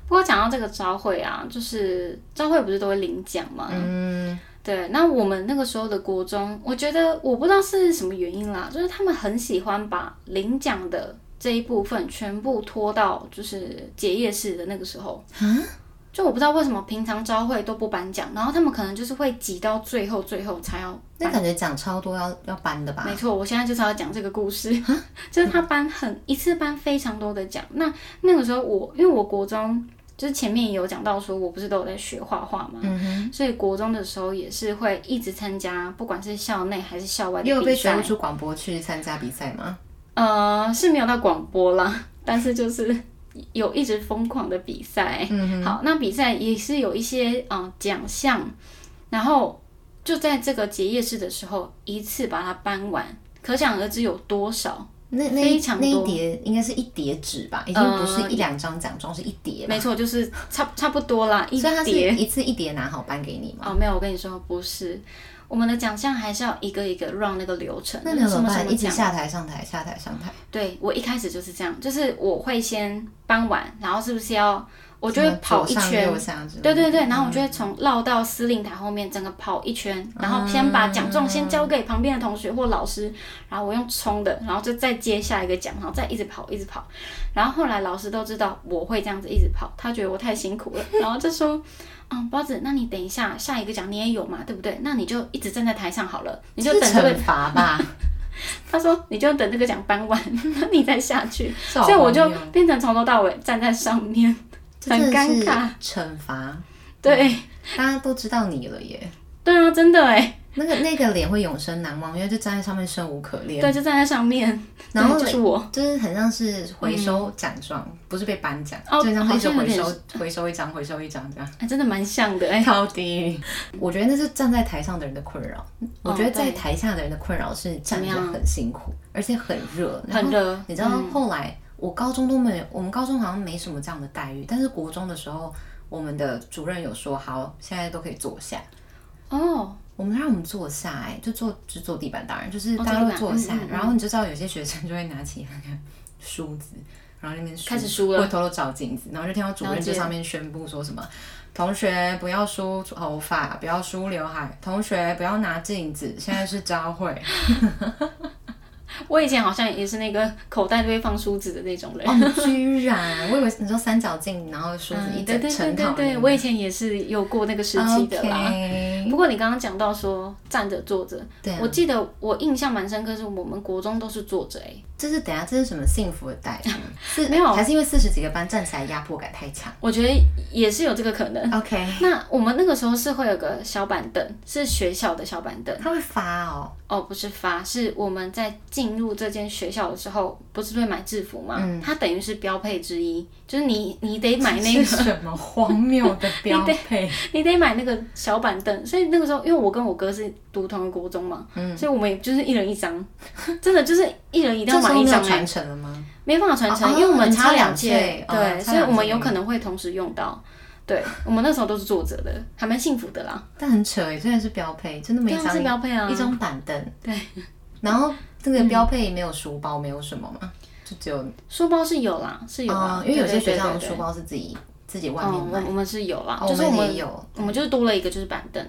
[SPEAKER 2] 不过讲到这个招会啊，就是招会不是都会领奖嘛？
[SPEAKER 1] 嗯，
[SPEAKER 2] 对，那我们那个时候的国中，我觉得我不知道是什么原因啦，就是他们很喜欢把领奖的这一部分全部拖到就是结业式的那个时候。就我不知道为什么平常招会都不颁奖，然后他们可能就是会挤到最后最后才要。
[SPEAKER 1] 那感觉讲超多要要搬的吧？
[SPEAKER 2] 没错，我现在就是要讲这个故事， 就是他颁很一次颁非常多的奖。那那个时候我，因为我国中就是前面也有讲到说，我不是都有在学画画嘛，
[SPEAKER 1] 嗯哼，
[SPEAKER 2] 所以国中的时候也是会一直参加，不管是校内还是校外
[SPEAKER 1] 你有
[SPEAKER 2] 的
[SPEAKER 1] 被
[SPEAKER 2] 比
[SPEAKER 1] 学
[SPEAKER 2] 赛
[SPEAKER 1] 务。处广播去参加比赛吗？
[SPEAKER 2] 呃，是没有到广播啦， 但是就是有一直疯狂的比赛。
[SPEAKER 1] 嗯
[SPEAKER 2] 好，那比赛也是有一些嗯奖项，然后就在这个结业式的时候一次把它颁完，可想而知有多少。
[SPEAKER 1] 那那
[SPEAKER 2] 哦非
[SPEAKER 1] 一
[SPEAKER 2] 常
[SPEAKER 1] 那一
[SPEAKER 2] 多呃
[SPEAKER 1] 叠应该是一叠纸吧，已经不是一两张奖状，是一叠吧。
[SPEAKER 2] 没错，就是差 差不多啦，啊一
[SPEAKER 1] 所以它是
[SPEAKER 2] 叠。
[SPEAKER 1] 一次一叠拿好颁给你嘛。
[SPEAKER 2] 哦，没有，我跟你说不是，我们的奖项还是要一个一个 run 那个流程，
[SPEAKER 1] 那你有
[SPEAKER 2] 什
[SPEAKER 1] 怎
[SPEAKER 2] 么
[SPEAKER 1] 么
[SPEAKER 2] 什
[SPEAKER 1] 办？
[SPEAKER 2] 么
[SPEAKER 1] 一直
[SPEAKER 2] 奖。
[SPEAKER 1] 下台上台下台上台。
[SPEAKER 2] 对我一开始就是这样，就是我会先搬完，然后是不是要我我就会跑一
[SPEAKER 1] 左上
[SPEAKER 2] 圈
[SPEAKER 1] 右下之类的
[SPEAKER 2] 对对对，然后我就会从绕到司令台后面，整个跑一圈，然后先
[SPEAKER 1] 啊
[SPEAKER 2] 把奖状先交给旁边的同学或老师，然后我用冲的，然后就再接下一个奖，然后再一直跑一直跑，然后后来老师都知道我会这样子一直跑，他觉得我太辛苦了，然后就说。嗯，包子，那你等一下，下一个奖你也有嘛，对不对？那你就一直站在台上好了，你就
[SPEAKER 1] 这
[SPEAKER 2] 等
[SPEAKER 1] 是
[SPEAKER 2] 这个
[SPEAKER 1] 惩罚 吧，
[SPEAKER 2] 他说你就等这个奖颁完， 那你再下去，
[SPEAKER 1] 这好
[SPEAKER 2] 所以我就
[SPEAKER 1] 荒谬
[SPEAKER 2] 变成从头到尾站在上面，
[SPEAKER 1] 这
[SPEAKER 2] 很
[SPEAKER 1] 真的
[SPEAKER 2] 尴
[SPEAKER 1] 是
[SPEAKER 2] 尬。
[SPEAKER 1] 惩罚，
[SPEAKER 2] 对
[SPEAKER 1] 嗯大家都知道你了耶。
[SPEAKER 2] 对啊，真的哎，
[SPEAKER 1] 那个那个脸会永生难忘，因为就站在上面生无可恋。
[SPEAKER 2] 对，就站在上面，
[SPEAKER 1] 然后
[SPEAKER 2] 对就是我，
[SPEAKER 1] 就是很像是回收奖状，不是被颁奖，
[SPEAKER 2] 嗯哦
[SPEAKER 1] 就像是一直
[SPEAKER 2] 好像有
[SPEAKER 1] 回
[SPEAKER 2] 点
[SPEAKER 1] 收回收一张，回收一张这样。
[SPEAKER 2] 哎，真的蛮像的哎，哦
[SPEAKER 1] 超低，我觉得那是站在台上的人的困扰。我觉得在
[SPEAKER 2] 对
[SPEAKER 1] 台下的人的困扰是站着
[SPEAKER 2] 怎么样
[SPEAKER 1] 很辛苦，而且很热，然后
[SPEAKER 2] 很热
[SPEAKER 1] 你知道后来我高中都没有，我们高中好像没什么这样的待遇，但是国中的时候，我们的主任有说，好，现在都可以坐下。
[SPEAKER 2] 哦，
[SPEAKER 1] 我们让我们坐下、哎，就坐就坐地板，当然就是
[SPEAKER 2] 哦
[SPEAKER 1] 大家都会坐
[SPEAKER 2] 坐地板
[SPEAKER 1] 下，
[SPEAKER 2] 嗯嗯嗯
[SPEAKER 1] 然后你就知道有些学生就会拿起那个梳子，然后那边梳
[SPEAKER 2] 开始梳了
[SPEAKER 1] 会偷偷照镜子，然后就听到主任
[SPEAKER 2] 了解
[SPEAKER 1] 在上面宣布说什么：同学不要梳头发，不要梳刘海，同学不要拿镜子，现在是朝会。
[SPEAKER 2] 我以前好像也是那个口袋都会放梳子的那种人。
[SPEAKER 1] 哦，居然，我以为你说三角镜，然后梳子一
[SPEAKER 2] 嗯，对
[SPEAKER 1] 整
[SPEAKER 2] 对对
[SPEAKER 1] 成
[SPEAKER 2] 对
[SPEAKER 1] 套
[SPEAKER 2] 对，我以前也是有过那个时期的啦。
[SPEAKER 1] OK，
[SPEAKER 2] 不过你刚刚讲到说站着坐着，
[SPEAKER 1] 对啊
[SPEAKER 2] 我记得我印象蛮深刻，是我们国中都是坐着哎，
[SPEAKER 1] 这是等一下这是什么幸福的待遇？是
[SPEAKER 2] 没有
[SPEAKER 1] 还是因为四十几个班站起来压迫感太 强
[SPEAKER 2] 我觉得也是有这个可能。
[SPEAKER 1] ？OK，
[SPEAKER 2] 那我们那个时候是会有个小板凳，是学校的小板凳
[SPEAKER 1] 他会发哦。
[SPEAKER 2] 哦，不是发，是我们在进入这间学校的时候，不是会买制服吗？
[SPEAKER 1] 嗯
[SPEAKER 2] 它等于是标配之一，就是你你得买那
[SPEAKER 1] 这
[SPEAKER 2] 个，
[SPEAKER 1] 是什么荒谬的 标配？
[SPEAKER 2] 你得买那个小板凳。所以那个时候，因为我跟我哥是读同一个国中嘛，
[SPEAKER 1] 嗯
[SPEAKER 2] 所以我们也就是一人一张， 真的就是一人一定
[SPEAKER 1] 这
[SPEAKER 2] 要
[SPEAKER 1] 时
[SPEAKER 2] 买
[SPEAKER 1] 候
[SPEAKER 2] 一
[SPEAKER 1] 没有
[SPEAKER 2] 张哎、
[SPEAKER 1] 传承了吗？
[SPEAKER 2] 没办法传承，
[SPEAKER 1] 哦
[SPEAKER 2] 因为我们
[SPEAKER 1] 你差
[SPEAKER 2] 差两
[SPEAKER 1] 两
[SPEAKER 2] 届
[SPEAKER 1] 届，
[SPEAKER 2] 对，
[SPEAKER 1] 哦差
[SPEAKER 2] 所以我
[SPEAKER 1] 两
[SPEAKER 2] 们
[SPEAKER 1] 届
[SPEAKER 2] 有可能会同时用到。对，我们那时候都是坐着的，还蛮幸福的啦。
[SPEAKER 1] 但很扯哎，真的是标配，真的每
[SPEAKER 2] 对啊，
[SPEAKER 1] 张
[SPEAKER 2] 是标配啊，
[SPEAKER 1] 一张板凳，
[SPEAKER 2] 对，
[SPEAKER 1] 然后这个标配没有书包，没有什么嘛，就只有
[SPEAKER 2] 书包是有啦，啊是有啦，
[SPEAKER 1] 哦因为有些学校
[SPEAKER 2] 有
[SPEAKER 1] 的书包是自己自己外面
[SPEAKER 2] 哦，我
[SPEAKER 1] 买，
[SPEAKER 2] 我们是有啦，
[SPEAKER 1] 哦
[SPEAKER 2] 就是我
[SPEAKER 1] 我
[SPEAKER 2] 们
[SPEAKER 1] 们也有，
[SPEAKER 2] 我们就是多了一个就是板凳，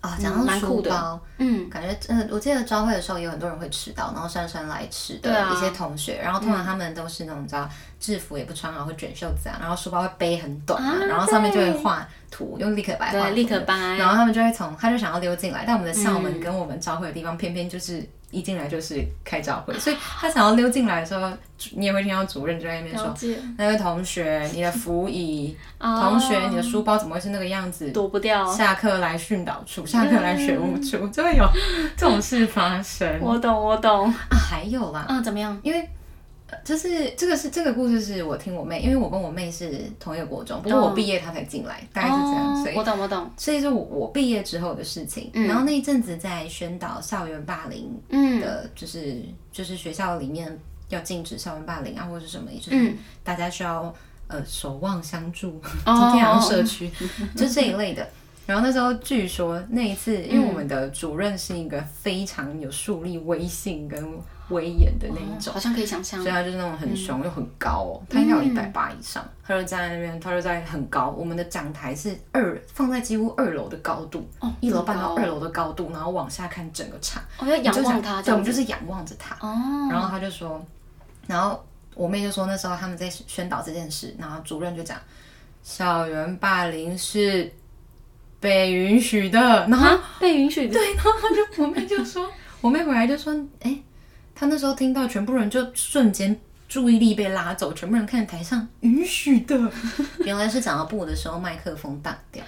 [SPEAKER 1] 啊，
[SPEAKER 2] 嗯
[SPEAKER 1] 讲到
[SPEAKER 2] 蛮酷
[SPEAKER 1] 书
[SPEAKER 2] 的
[SPEAKER 1] 包，
[SPEAKER 2] 嗯，
[SPEAKER 1] 感觉真的，我记得招会的时候有很多人会迟到，然后姗姗来迟
[SPEAKER 2] 对
[SPEAKER 1] 的
[SPEAKER 2] 啊
[SPEAKER 1] 一些同学，然后通常他们都是那种你知道制服也不穿啊，会卷袖子啊，然后书包会背很短啊，
[SPEAKER 2] 啊
[SPEAKER 1] 然后上面就会画图，用立可白画
[SPEAKER 2] 对，
[SPEAKER 1] 图
[SPEAKER 2] 立啊可白，
[SPEAKER 1] 然后他们就会从，他就想要溜进来，但我们的校门跟我们招会的地方偏偏就是一进来就是开招
[SPEAKER 2] 啊
[SPEAKER 1] 会，所以他想要溜进来的时候，主你也会听到主任就在那边说
[SPEAKER 2] 了解，：“
[SPEAKER 1] 那位同学，你的辅椅，
[SPEAKER 2] 哦
[SPEAKER 1] 同学，你的书包怎么会是那个样子？
[SPEAKER 2] 躲不掉，
[SPEAKER 1] 下课来训导处，下课来学务处，就会有这种事发生
[SPEAKER 2] 我懂我懂，
[SPEAKER 1] 啊。还有啦，
[SPEAKER 2] 嗯，怎么样？
[SPEAKER 1] 因为呃就是这个是这个故事是我听我妹，因为我跟我妹是同一个国中，不过我
[SPEAKER 2] 哦
[SPEAKER 1] 毕业她才进来，大概是这样，
[SPEAKER 2] 哦
[SPEAKER 1] 所以
[SPEAKER 2] 我懂我懂，
[SPEAKER 1] 所以是我我毕业之后的事情。
[SPEAKER 2] 嗯
[SPEAKER 1] 然后那一阵子在宣导校园霸凌
[SPEAKER 2] 嗯
[SPEAKER 1] 的，就是、就是学校里面要禁止校园霸凌啊，或者是什么，也就是
[SPEAKER 2] 嗯，
[SPEAKER 1] 大家需要呃守望相助，
[SPEAKER 2] 哦
[SPEAKER 1] 天阳社区，就这一类的。然后那时候据说那一次，因为我们
[SPEAKER 2] 嗯
[SPEAKER 1] 的主任是一个非常有树立威信跟威严的那一种。
[SPEAKER 2] 哦好像可以想象嗯
[SPEAKER 1] 所以，他就是那种很凶又很高哦，他应该有一百八以上，他就站在那边，他就在很高，我们的讲台是二放在几乎二楼的高度，
[SPEAKER 2] 哦
[SPEAKER 1] 一楼半
[SPEAKER 2] 这么
[SPEAKER 1] 到
[SPEAKER 2] 高哦
[SPEAKER 1] 二楼的高度，然后往下看整个场，
[SPEAKER 2] 我要仰望
[SPEAKER 1] 我
[SPEAKER 2] 他，
[SPEAKER 1] 们就想
[SPEAKER 2] 这
[SPEAKER 1] 对，我
[SPEAKER 2] 样
[SPEAKER 1] 们就
[SPEAKER 2] 子，
[SPEAKER 1] 是仰望着他，
[SPEAKER 2] 哦，
[SPEAKER 1] 然后他就说，然后我妹就说那时候他们在宣导这件事，然后主任就讲校园霸凌是被允许的， 然后
[SPEAKER 2] 啊，被允许的，
[SPEAKER 1] 对，然后他就我妹就说，我妹回来就说，哎、她那时候听到全部人就瞬间注意力被拉走，全部人看台上允许的， 原来是讲到不的时候麦克风挡掉，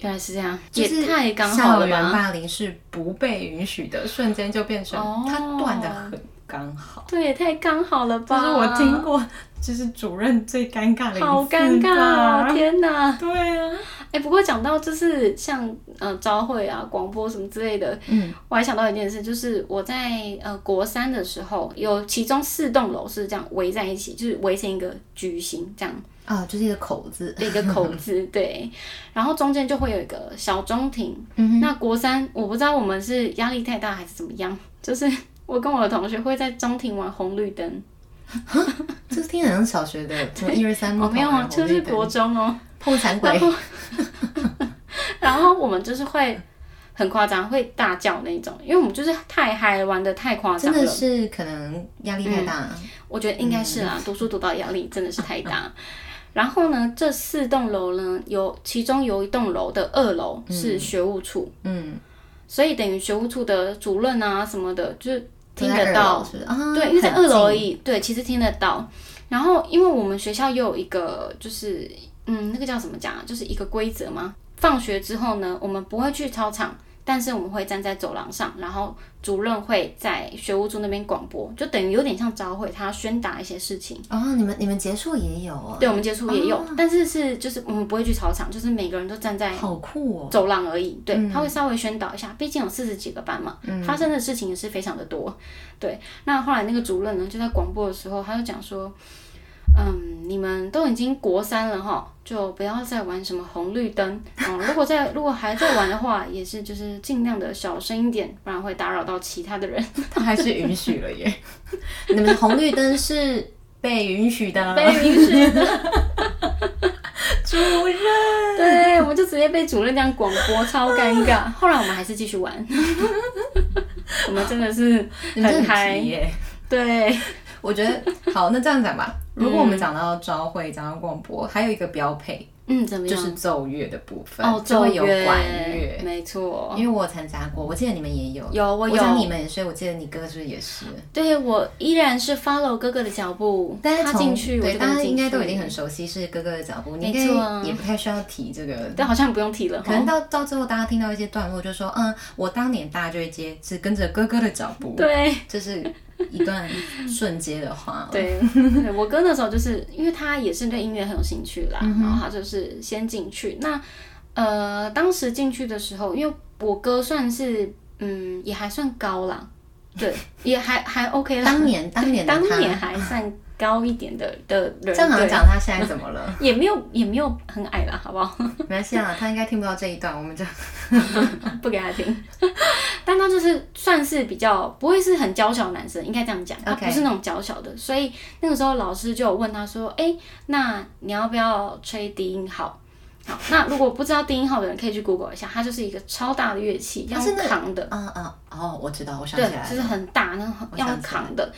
[SPEAKER 2] 原来是这样，
[SPEAKER 1] 就是
[SPEAKER 2] 也太哎刚好
[SPEAKER 1] 校
[SPEAKER 2] 了
[SPEAKER 1] 园
[SPEAKER 2] 吧？
[SPEAKER 1] 霸凌是不被允许的，瞬间就变成
[SPEAKER 2] 哦
[SPEAKER 1] 他断的很刚好。
[SPEAKER 2] 对，也太刚好了
[SPEAKER 1] 这
[SPEAKER 2] 吧？
[SPEAKER 1] 是我听，过，就是主任最尴尬的一次吧
[SPEAKER 2] 好尴尬哦，天哪！
[SPEAKER 1] 对啊，
[SPEAKER 2] 哎、不过讲到就是像呃招会啊、广播什么之类的，
[SPEAKER 1] 嗯，
[SPEAKER 2] 我还想到一件事，就是我在呃国三的时候，有其中四栋楼是这样围在一起，就是围成一个矩形这样
[SPEAKER 1] 啊，就是一个口字，
[SPEAKER 2] 的一个 口字，对，然后中间就会有一个小中庭。
[SPEAKER 1] 嗯哼，
[SPEAKER 2] 那国三我不知道我们是压力太大还是怎么样，就是我跟我的同学会在中庭玩红绿灯，
[SPEAKER 1] 这听起来像小学的什么一二三木
[SPEAKER 2] 我
[SPEAKER 1] 头、啊，
[SPEAKER 2] 没有啊，
[SPEAKER 1] 红
[SPEAKER 2] 就
[SPEAKER 1] 绿
[SPEAKER 2] 是
[SPEAKER 1] 灯
[SPEAKER 2] 国中哦。
[SPEAKER 1] 碰残 鬼，
[SPEAKER 2] 然后我们就是会很夸张，会大叫那种，因为我们就是太嗨了，玩的太夸张
[SPEAKER 1] 真的
[SPEAKER 2] 了。
[SPEAKER 1] 是可能压力太大，
[SPEAKER 2] 我觉得应该是啦、
[SPEAKER 1] 嗯
[SPEAKER 2] 读书读到压力真的是太大。然后呢，这四栋楼呢，有其中有一栋楼的二楼是学务处，
[SPEAKER 1] 嗯，
[SPEAKER 2] 所以等于学务处的主任啊什么的，就是
[SPEAKER 1] 都
[SPEAKER 2] 听
[SPEAKER 1] 在
[SPEAKER 2] 得
[SPEAKER 1] 二
[SPEAKER 2] 到
[SPEAKER 1] 楼，是不是啊？
[SPEAKER 2] 对，因为在
[SPEAKER 1] 很
[SPEAKER 2] 二楼而
[SPEAKER 1] 近
[SPEAKER 2] 已，对，其实听得到。然后，因为我们学校又有一个，就是嗯，那个叫什么讲啊，就是一个规则嘛。放学之后呢，我们不会去操场，但是我们会站在走廊上，然后主任会在学务处那边广播，就等于有点像早会，他宣达一些事情。
[SPEAKER 1] 哦，你们你们结束也有啊，
[SPEAKER 2] 对我们接触也有，但是是就是我们不会去操场，就是每个人都站在
[SPEAKER 1] 好酷哦，
[SPEAKER 2] 走廊而已。对，他会稍微宣导一下，毕竟有四十几个班嘛，
[SPEAKER 1] 嗯
[SPEAKER 2] 发生的事情也是非常的多。对，那后来那个主任呢，就在广播的时候，他就讲说，嗯，你们都已经国三了哈，就不要再玩什么红绿灯哦。 如果在如果还在玩的话，也是就是尽量的小声一点，不然会打扰到其 他的人。
[SPEAKER 1] 他还是允许了耶。 你们的红绿灯是被允许的，
[SPEAKER 2] 被允许 的，
[SPEAKER 1] 主任。
[SPEAKER 2] 对，我们就直接被主任这样广播，超尴 尬。后来我们还是继续玩，我们真的是
[SPEAKER 1] 你们真
[SPEAKER 2] 很
[SPEAKER 1] 的
[SPEAKER 2] 嗨
[SPEAKER 1] 很皮，耶！
[SPEAKER 2] 对。
[SPEAKER 1] 我觉得好，那这样讲 吧。如果我们讲到朝会，讲到广播，还有一个标配
[SPEAKER 2] 嗯，怎么
[SPEAKER 1] 就
[SPEAKER 2] 样？
[SPEAKER 1] 是奏乐的部分，
[SPEAKER 2] 哦，
[SPEAKER 1] 就
[SPEAKER 2] 奏
[SPEAKER 1] 会有
[SPEAKER 2] 乐，
[SPEAKER 1] 管乐。
[SPEAKER 2] 没错。
[SPEAKER 1] 因为我有参加过，我记得你们也有，
[SPEAKER 2] 有我
[SPEAKER 1] 我
[SPEAKER 2] 有
[SPEAKER 1] 讲你们也是，我记得你哥是不是也是？
[SPEAKER 2] 对我依然是 follow 哥哥的脚步，
[SPEAKER 1] 但是
[SPEAKER 2] 他
[SPEAKER 1] 从
[SPEAKER 2] 进去我
[SPEAKER 1] 对
[SPEAKER 2] 就
[SPEAKER 1] 大
[SPEAKER 2] 跟
[SPEAKER 1] 家
[SPEAKER 2] 进
[SPEAKER 1] 应该都
[SPEAKER 2] 去
[SPEAKER 1] 已经很熟悉是哥哥的脚步，你应
[SPEAKER 2] 没错啊
[SPEAKER 1] 该也不太需要提这个
[SPEAKER 2] 但好像不用提了哦
[SPEAKER 1] 可
[SPEAKER 2] 哈。
[SPEAKER 1] 能到到最后，大家听到一些段落，就说：“嗯，我当年大家就会接，是跟着哥哥的脚步。”，
[SPEAKER 2] 对
[SPEAKER 1] 这是一段瞬间的话。
[SPEAKER 2] 对对，我哥那时候就是因为他也是对音乐很有兴趣啦，
[SPEAKER 1] 嗯
[SPEAKER 2] 然后他就是先进去。那呃，当时进去的时候，因为我哥算是嗯也还算高啦，对，也还还 OK 啦，
[SPEAKER 1] 当年当年的
[SPEAKER 2] 当
[SPEAKER 1] 他，
[SPEAKER 2] 年还算高一点的的
[SPEAKER 1] 这
[SPEAKER 2] 人，
[SPEAKER 1] 样好像
[SPEAKER 2] 对，
[SPEAKER 1] 讲他现在怎么了？
[SPEAKER 2] 也没有也没有很矮啦，好不好？
[SPEAKER 1] 没关系啊，他应该听不到这一段，我们就
[SPEAKER 2] 不给他听。但他就是算是比较不会是很娇小的男生，应该这样讲，他
[SPEAKER 1] OK
[SPEAKER 2] 不是那种娇小的。所以那个时候老师就有问他说：“哎、那你要不要吹低音号？”好，那如果不知道低音号的人可以去 Google 一下，它就是一个超大的乐器，
[SPEAKER 1] 它
[SPEAKER 2] 要
[SPEAKER 1] 是那
[SPEAKER 2] 扛的，
[SPEAKER 1] 啊啊哦，我知道，我想
[SPEAKER 2] 对
[SPEAKER 1] 起，来
[SPEAKER 2] 就
[SPEAKER 1] 了，
[SPEAKER 2] 是很大，那种
[SPEAKER 1] 我想
[SPEAKER 2] 要
[SPEAKER 1] 起来
[SPEAKER 2] 扛的。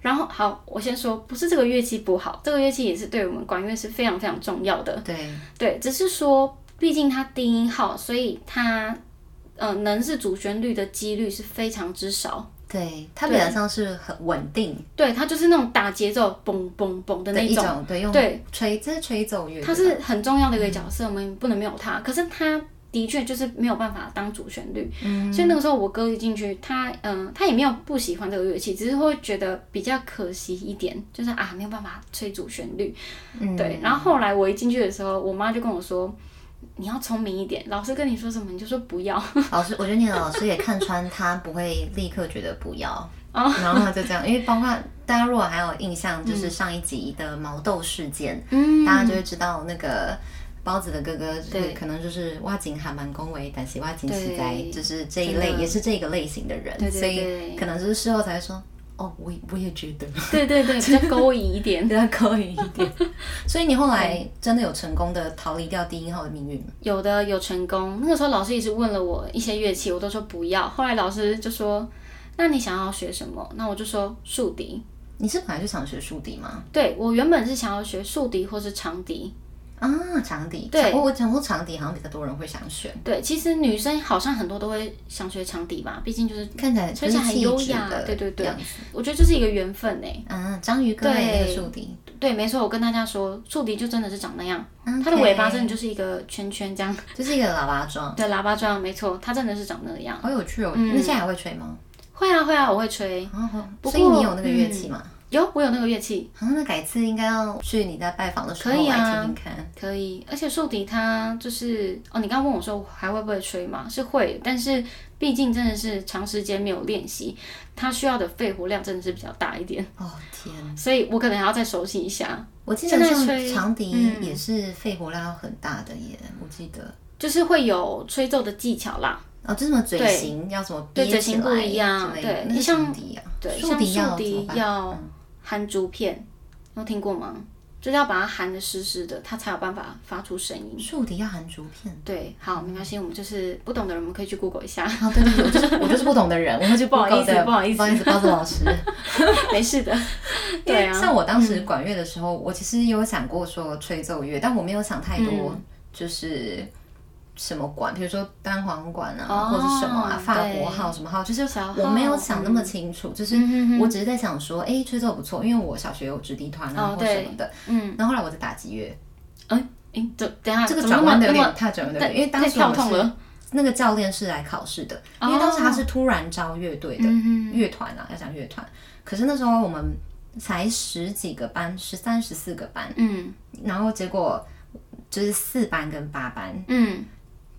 [SPEAKER 2] 然后好，我先说，不是这个乐器不好，这个乐器也是对我们管乐是非常非常重要的。
[SPEAKER 1] 对，
[SPEAKER 2] 对，只是说，毕竟它低音号，所以它呃能是主旋律的几率是非常之少。
[SPEAKER 1] 对，他比较像是很稳定
[SPEAKER 2] 对，它就是那种打节奏嘣嘣嘣的
[SPEAKER 1] 的
[SPEAKER 2] 那
[SPEAKER 1] 一
[SPEAKER 2] 种，
[SPEAKER 1] 种，对，用
[SPEAKER 2] 对
[SPEAKER 1] 吹，这是吹奏乐，
[SPEAKER 2] 它是很重要的一个
[SPEAKER 1] 嗯
[SPEAKER 2] 角色，我们不能没有它。可是它的确就是没有办法当主旋律，
[SPEAKER 1] 嗯
[SPEAKER 2] 所以那个时候我哥一进去，他嗯、他也没有不喜欢这个乐器，只是会觉得比较可惜一点，就是啊没有办法吹主旋律。
[SPEAKER 1] 嗯，
[SPEAKER 2] 对，然后后来我一进去的时候，我妈就跟我说。你要聪明一点，老师跟你说什么你就说不要，
[SPEAKER 1] 老师，我觉得你的老师也看穿他不会立刻觉得不要，
[SPEAKER 2] 哦
[SPEAKER 1] 然后他就这样，因为包括大家如果还有印象，就是上一集的毛豆事件，
[SPEAKER 2] 嗯
[SPEAKER 1] 大家就会知道那个。包子的哥哥，就是
[SPEAKER 2] 对
[SPEAKER 1] 可能就是挖井还蛮恭维，但是挖井实
[SPEAKER 2] 对
[SPEAKER 1] 在就是这一类，
[SPEAKER 2] 真的
[SPEAKER 1] 也是这个类型的人，
[SPEAKER 2] 对对
[SPEAKER 1] 所以
[SPEAKER 2] 对
[SPEAKER 1] 可能就是事后才会说，哦，我也我也觉得
[SPEAKER 2] 对对对，比较勾引 一点。
[SPEAKER 1] 对他可以一 点。所以你后来真的有成功的逃离掉低音号的命运吗？
[SPEAKER 2] 有的有成功，那个时候老师也是问了我一些乐器，我都说不要。后来老师就说：“那你想要学什么？”那我就说竖笛。
[SPEAKER 1] 你是本来就想学竖笛吗？
[SPEAKER 2] 对我原本是想要学竖笛或是长笛。
[SPEAKER 1] 啊，长笛，长
[SPEAKER 2] 对
[SPEAKER 1] 我我想说长笛好像比较多人会想选。
[SPEAKER 2] 对，其实女生好像很多都会想学长笛吧，毕竟就是
[SPEAKER 1] 看起来
[SPEAKER 2] 吹起来很优雅
[SPEAKER 1] 就是气质的。
[SPEAKER 2] 对对对
[SPEAKER 1] 样子，
[SPEAKER 2] 我觉得就是一个缘分呢、
[SPEAKER 1] 嗯，章鱼哥的那个
[SPEAKER 2] 对
[SPEAKER 1] 树敌，
[SPEAKER 2] 对，没错，我跟大家说，竖笛就真的是长那样，
[SPEAKER 1] 嗯
[SPEAKER 2] 它的尾巴真的就是一个圈圈这样。
[SPEAKER 1] 就是一个喇叭 装，
[SPEAKER 2] 对，喇叭状，没错，它真的是长那样。
[SPEAKER 1] 好有趣哦。
[SPEAKER 2] 嗯
[SPEAKER 1] 那现在还会吹吗？
[SPEAKER 2] 会啊会啊，我会吹。
[SPEAKER 1] 哦，
[SPEAKER 2] 不
[SPEAKER 1] 所以你
[SPEAKER 2] 过
[SPEAKER 1] 有那个乐器吗？
[SPEAKER 2] 有，我有那个乐器。
[SPEAKER 1] 啊，那改次应该要去你在拜访的时候
[SPEAKER 2] 可以
[SPEAKER 1] 来
[SPEAKER 2] 啊
[SPEAKER 1] 听听看。
[SPEAKER 2] 可以，而且竖笛它就是哦，你刚刚问我说我还会不会吹嘛？是会，但是毕竟真的是长时间没有练习，它需要的肺活量真的是比较大一点，
[SPEAKER 1] 哦天，
[SPEAKER 2] 所以我可能还要再熟悉一下，
[SPEAKER 1] 我记得
[SPEAKER 2] 现在
[SPEAKER 1] 像
[SPEAKER 2] 吹
[SPEAKER 1] 长笛
[SPEAKER 2] 嗯
[SPEAKER 1] 也是肺活量要很大的耶，我记得。
[SPEAKER 2] 就是会有吹奏的技巧啦。
[SPEAKER 1] 哦，就什么嘴
[SPEAKER 2] 对
[SPEAKER 1] 型要怎么
[SPEAKER 2] 对
[SPEAKER 1] 憋
[SPEAKER 2] 嘴
[SPEAKER 1] 起
[SPEAKER 2] 型不
[SPEAKER 1] 来
[SPEAKER 2] 一样
[SPEAKER 1] 之类的
[SPEAKER 2] 对
[SPEAKER 1] 那是
[SPEAKER 2] 像
[SPEAKER 1] 长笛啊，
[SPEAKER 2] 对，
[SPEAKER 1] 竖
[SPEAKER 2] 像
[SPEAKER 1] 笛要怎
[SPEAKER 2] 竖
[SPEAKER 1] 么
[SPEAKER 2] 笛
[SPEAKER 1] 办？
[SPEAKER 2] 要含竹片，有听过吗？就是要把它含的湿湿的，它才有办法发出声音。
[SPEAKER 1] 树底要含竹片。
[SPEAKER 2] 对，好，没关系，我们就是不懂的人，我们可以去 Google 一下。
[SPEAKER 1] 啊，对对对，我就是我就是不懂的人，我会去
[SPEAKER 2] 不好意思
[SPEAKER 1] Google 的
[SPEAKER 2] 不好意思
[SPEAKER 1] 不好意思，包子老师。
[SPEAKER 2] 没事 的，
[SPEAKER 1] 因为
[SPEAKER 2] 对啊，
[SPEAKER 1] 像我当时管乐的时候，我其实有想过说吹奏乐，但我没有想太多，
[SPEAKER 2] 嗯
[SPEAKER 1] 就是什么管，比如说单簧管啊，
[SPEAKER 2] 哦
[SPEAKER 1] 或者什么啊，法
[SPEAKER 2] 对
[SPEAKER 1] 国号什么号，就是
[SPEAKER 2] 小
[SPEAKER 1] 我
[SPEAKER 2] 号
[SPEAKER 1] 没有想那么清楚，就是
[SPEAKER 2] 嗯哼
[SPEAKER 1] 我只是在想说，哎、吹奏不错，因为我小学有直笛团啊、
[SPEAKER 2] 哦
[SPEAKER 1] 或什么的，
[SPEAKER 2] 嗯，
[SPEAKER 1] 然后后来我在打击乐，
[SPEAKER 2] 诶，等等一下，
[SPEAKER 1] 这个
[SPEAKER 2] 怎么
[SPEAKER 1] 转弯的
[SPEAKER 2] 那
[SPEAKER 1] 有
[SPEAKER 2] 么
[SPEAKER 1] 点太转弯的有点，因为当
[SPEAKER 2] 太
[SPEAKER 1] 时我
[SPEAKER 2] 跳哦
[SPEAKER 1] 们
[SPEAKER 2] 痛
[SPEAKER 1] 是
[SPEAKER 2] 了，
[SPEAKER 1] 那个教练是来考试的，因为当时他是突然招乐队的
[SPEAKER 2] 嗯
[SPEAKER 1] 乐团啊，要讲乐团，可是那时候我们才十几个班，十三十四个班。
[SPEAKER 2] 嗯
[SPEAKER 1] 然后结果就是四班跟八班
[SPEAKER 2] 嗯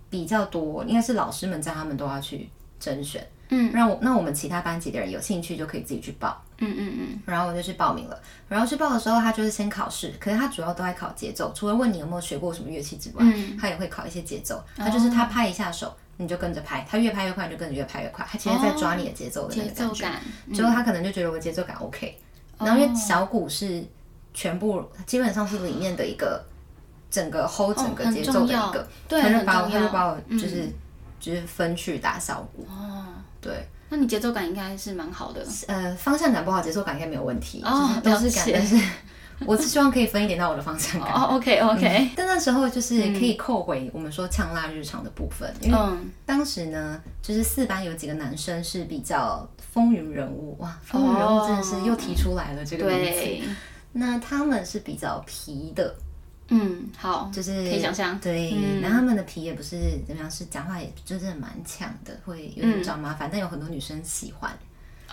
[SPEAKER 1] 比较多，应该是老师们在他们都要去甄选。
[SPEAKER 2] 嗯，
[SPEAKER 1] 让我那我们其他班级的人有兴趣就可以自己去报，
[SPEAKER 2] 嗯嗯
[SPEAKER 1] 然后我就去报名了。然后去报的时候，他就是先考试，可是他主要都在考节奏，除了问你有没有学过什么乐器之外，
[SPEAKER 2] 嗯
[SPEAKER 1] 他也会考一些节奏。他就是
[SPEAKER 2] 哦
[SPEAKER 1] 他拍一下手，你就跟着拍，他越拍越快，你就跟着越拍越快。他其实在抓你的节奏
[SPEAKER 2] 嗯，
[SPEAKER 1] 的那
[SPEAKER 2] 节
[SPEAKER 1] 个感
[SPEAKER 2] 奏
[SPEAKER 1] 觉。
[SPEAKER 2] 感，
[SPEAKER 1] 之后他可能就觉得我节奏感 OK，、然后
[SPEAKER 2] 哦
[SPEAKER 1] 因为小鼓是全部基本上是里面的一个整个 hold 整个
[SPEAKER 2] 哦很
[SPEAKER 1] 节
[SPEAKER 2] 重
[SPEAKER 1] 奏的一
[SPEAKER 2] 要
[SPEAKER 1] 个，
[SPEAKER 2] 对
[SPEAKER 1] 他就
[SPEAKER 2] 很
[SPEAKER 1] 把我
[SPEAKER 2] 重
[SPEAKER 1] 他就
[SPEAKER 2] 要嗯
[SPEAKER 1] 把我就是、就是分去打小鼓，对，
[SPEAKER 2] 哦那你节奏感应该是蛮好 的，
[SPEAKER 1] 呃，方向感不好，节奏感应该没有问题，
[SPEAKER 2] 哦
[SPEAKER 1] 就是都
[SPEAKER 2] 了
[SPEAKER 1] 是感，
[SPEAKER 2] 解
[SPEAKER 1] 但是我是希望可以分一点到我的方向感。
[SPEAKER 2] 哦，OK OK，
[SPEAKER 1] 但那时候就是可以扣回我们说呛辣日常的部分，因为
[SPEAKER 2] 嗯，
[SPEAKER 1] 当时呢，就是四班有几个男生是比较风云人物哇，风云人物真的是又提出来了这个名词。
[SPEAKER 2] 哦对，
[SPEAKER 1] 那他们是比较皮的，
[SPEAKER 2] 嗯，好，嗯
[SPEAKER 1] 就是
[SPEAKER 2] 可以想象，
[SPEAKER 1] 对，然后他们的皮也不是怎么样，是讲话也就是蛮呛的，会有点找麻烦，但有很多女生喜欢，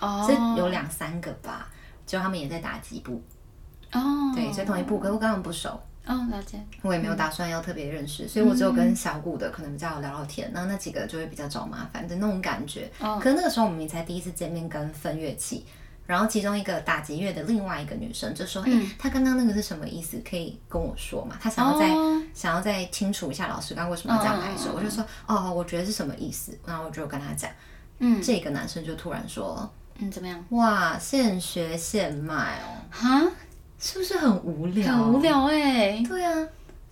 [SPEAKER 1] 所以
[SPEAKER 2] 嗯哦
[SPEAKER 1] 有两三个吧。就他们也在打几部，
[SPEAKER 2] 哦，
[SPEAKER 1] 对，所以同一部，可是我跟他们不熟，
[SPEAKER 2] 哦，了解，嗯
[SPEAKER 1] 我也没有打算要特别认识，所以我只有跟小谷的可能比较聊聊天，然后那几个就会比较找麻烦的那种感觉。
[SPEAKER 2] 哦
[SPEAKER 1] 可是那个时候我们也才第一次见面，跟分乐器，然后其中一个打击乐的另外一个女生就说：“
[SPEAKER 2] 嗯
[SPEAKER 1] 哎、她刚刚那个是什么意思？可以跟我说嘛？”她想要再、
[SPEAKER 2] 哦
[SPEAKER 1] 想要再清楚一下老师刚刚为什么要这样拍手。我就说：“哦，我觉得是什么意思？”然后我就跟她讲，
[SPEAKER 2] 嗯
[SPEAKER 1] 这个男生就突然说
[SPEAKER 2] 嗯，怎么样？：“
[SPEAKER 1] 哇，现学现卖哦，
[SPEAKER 2] 哈，
[SPEAKER 1] 是不是很无聊？”
[SPEAKER 2] 很无聊哎，
[SPEAKER 1] 对啊，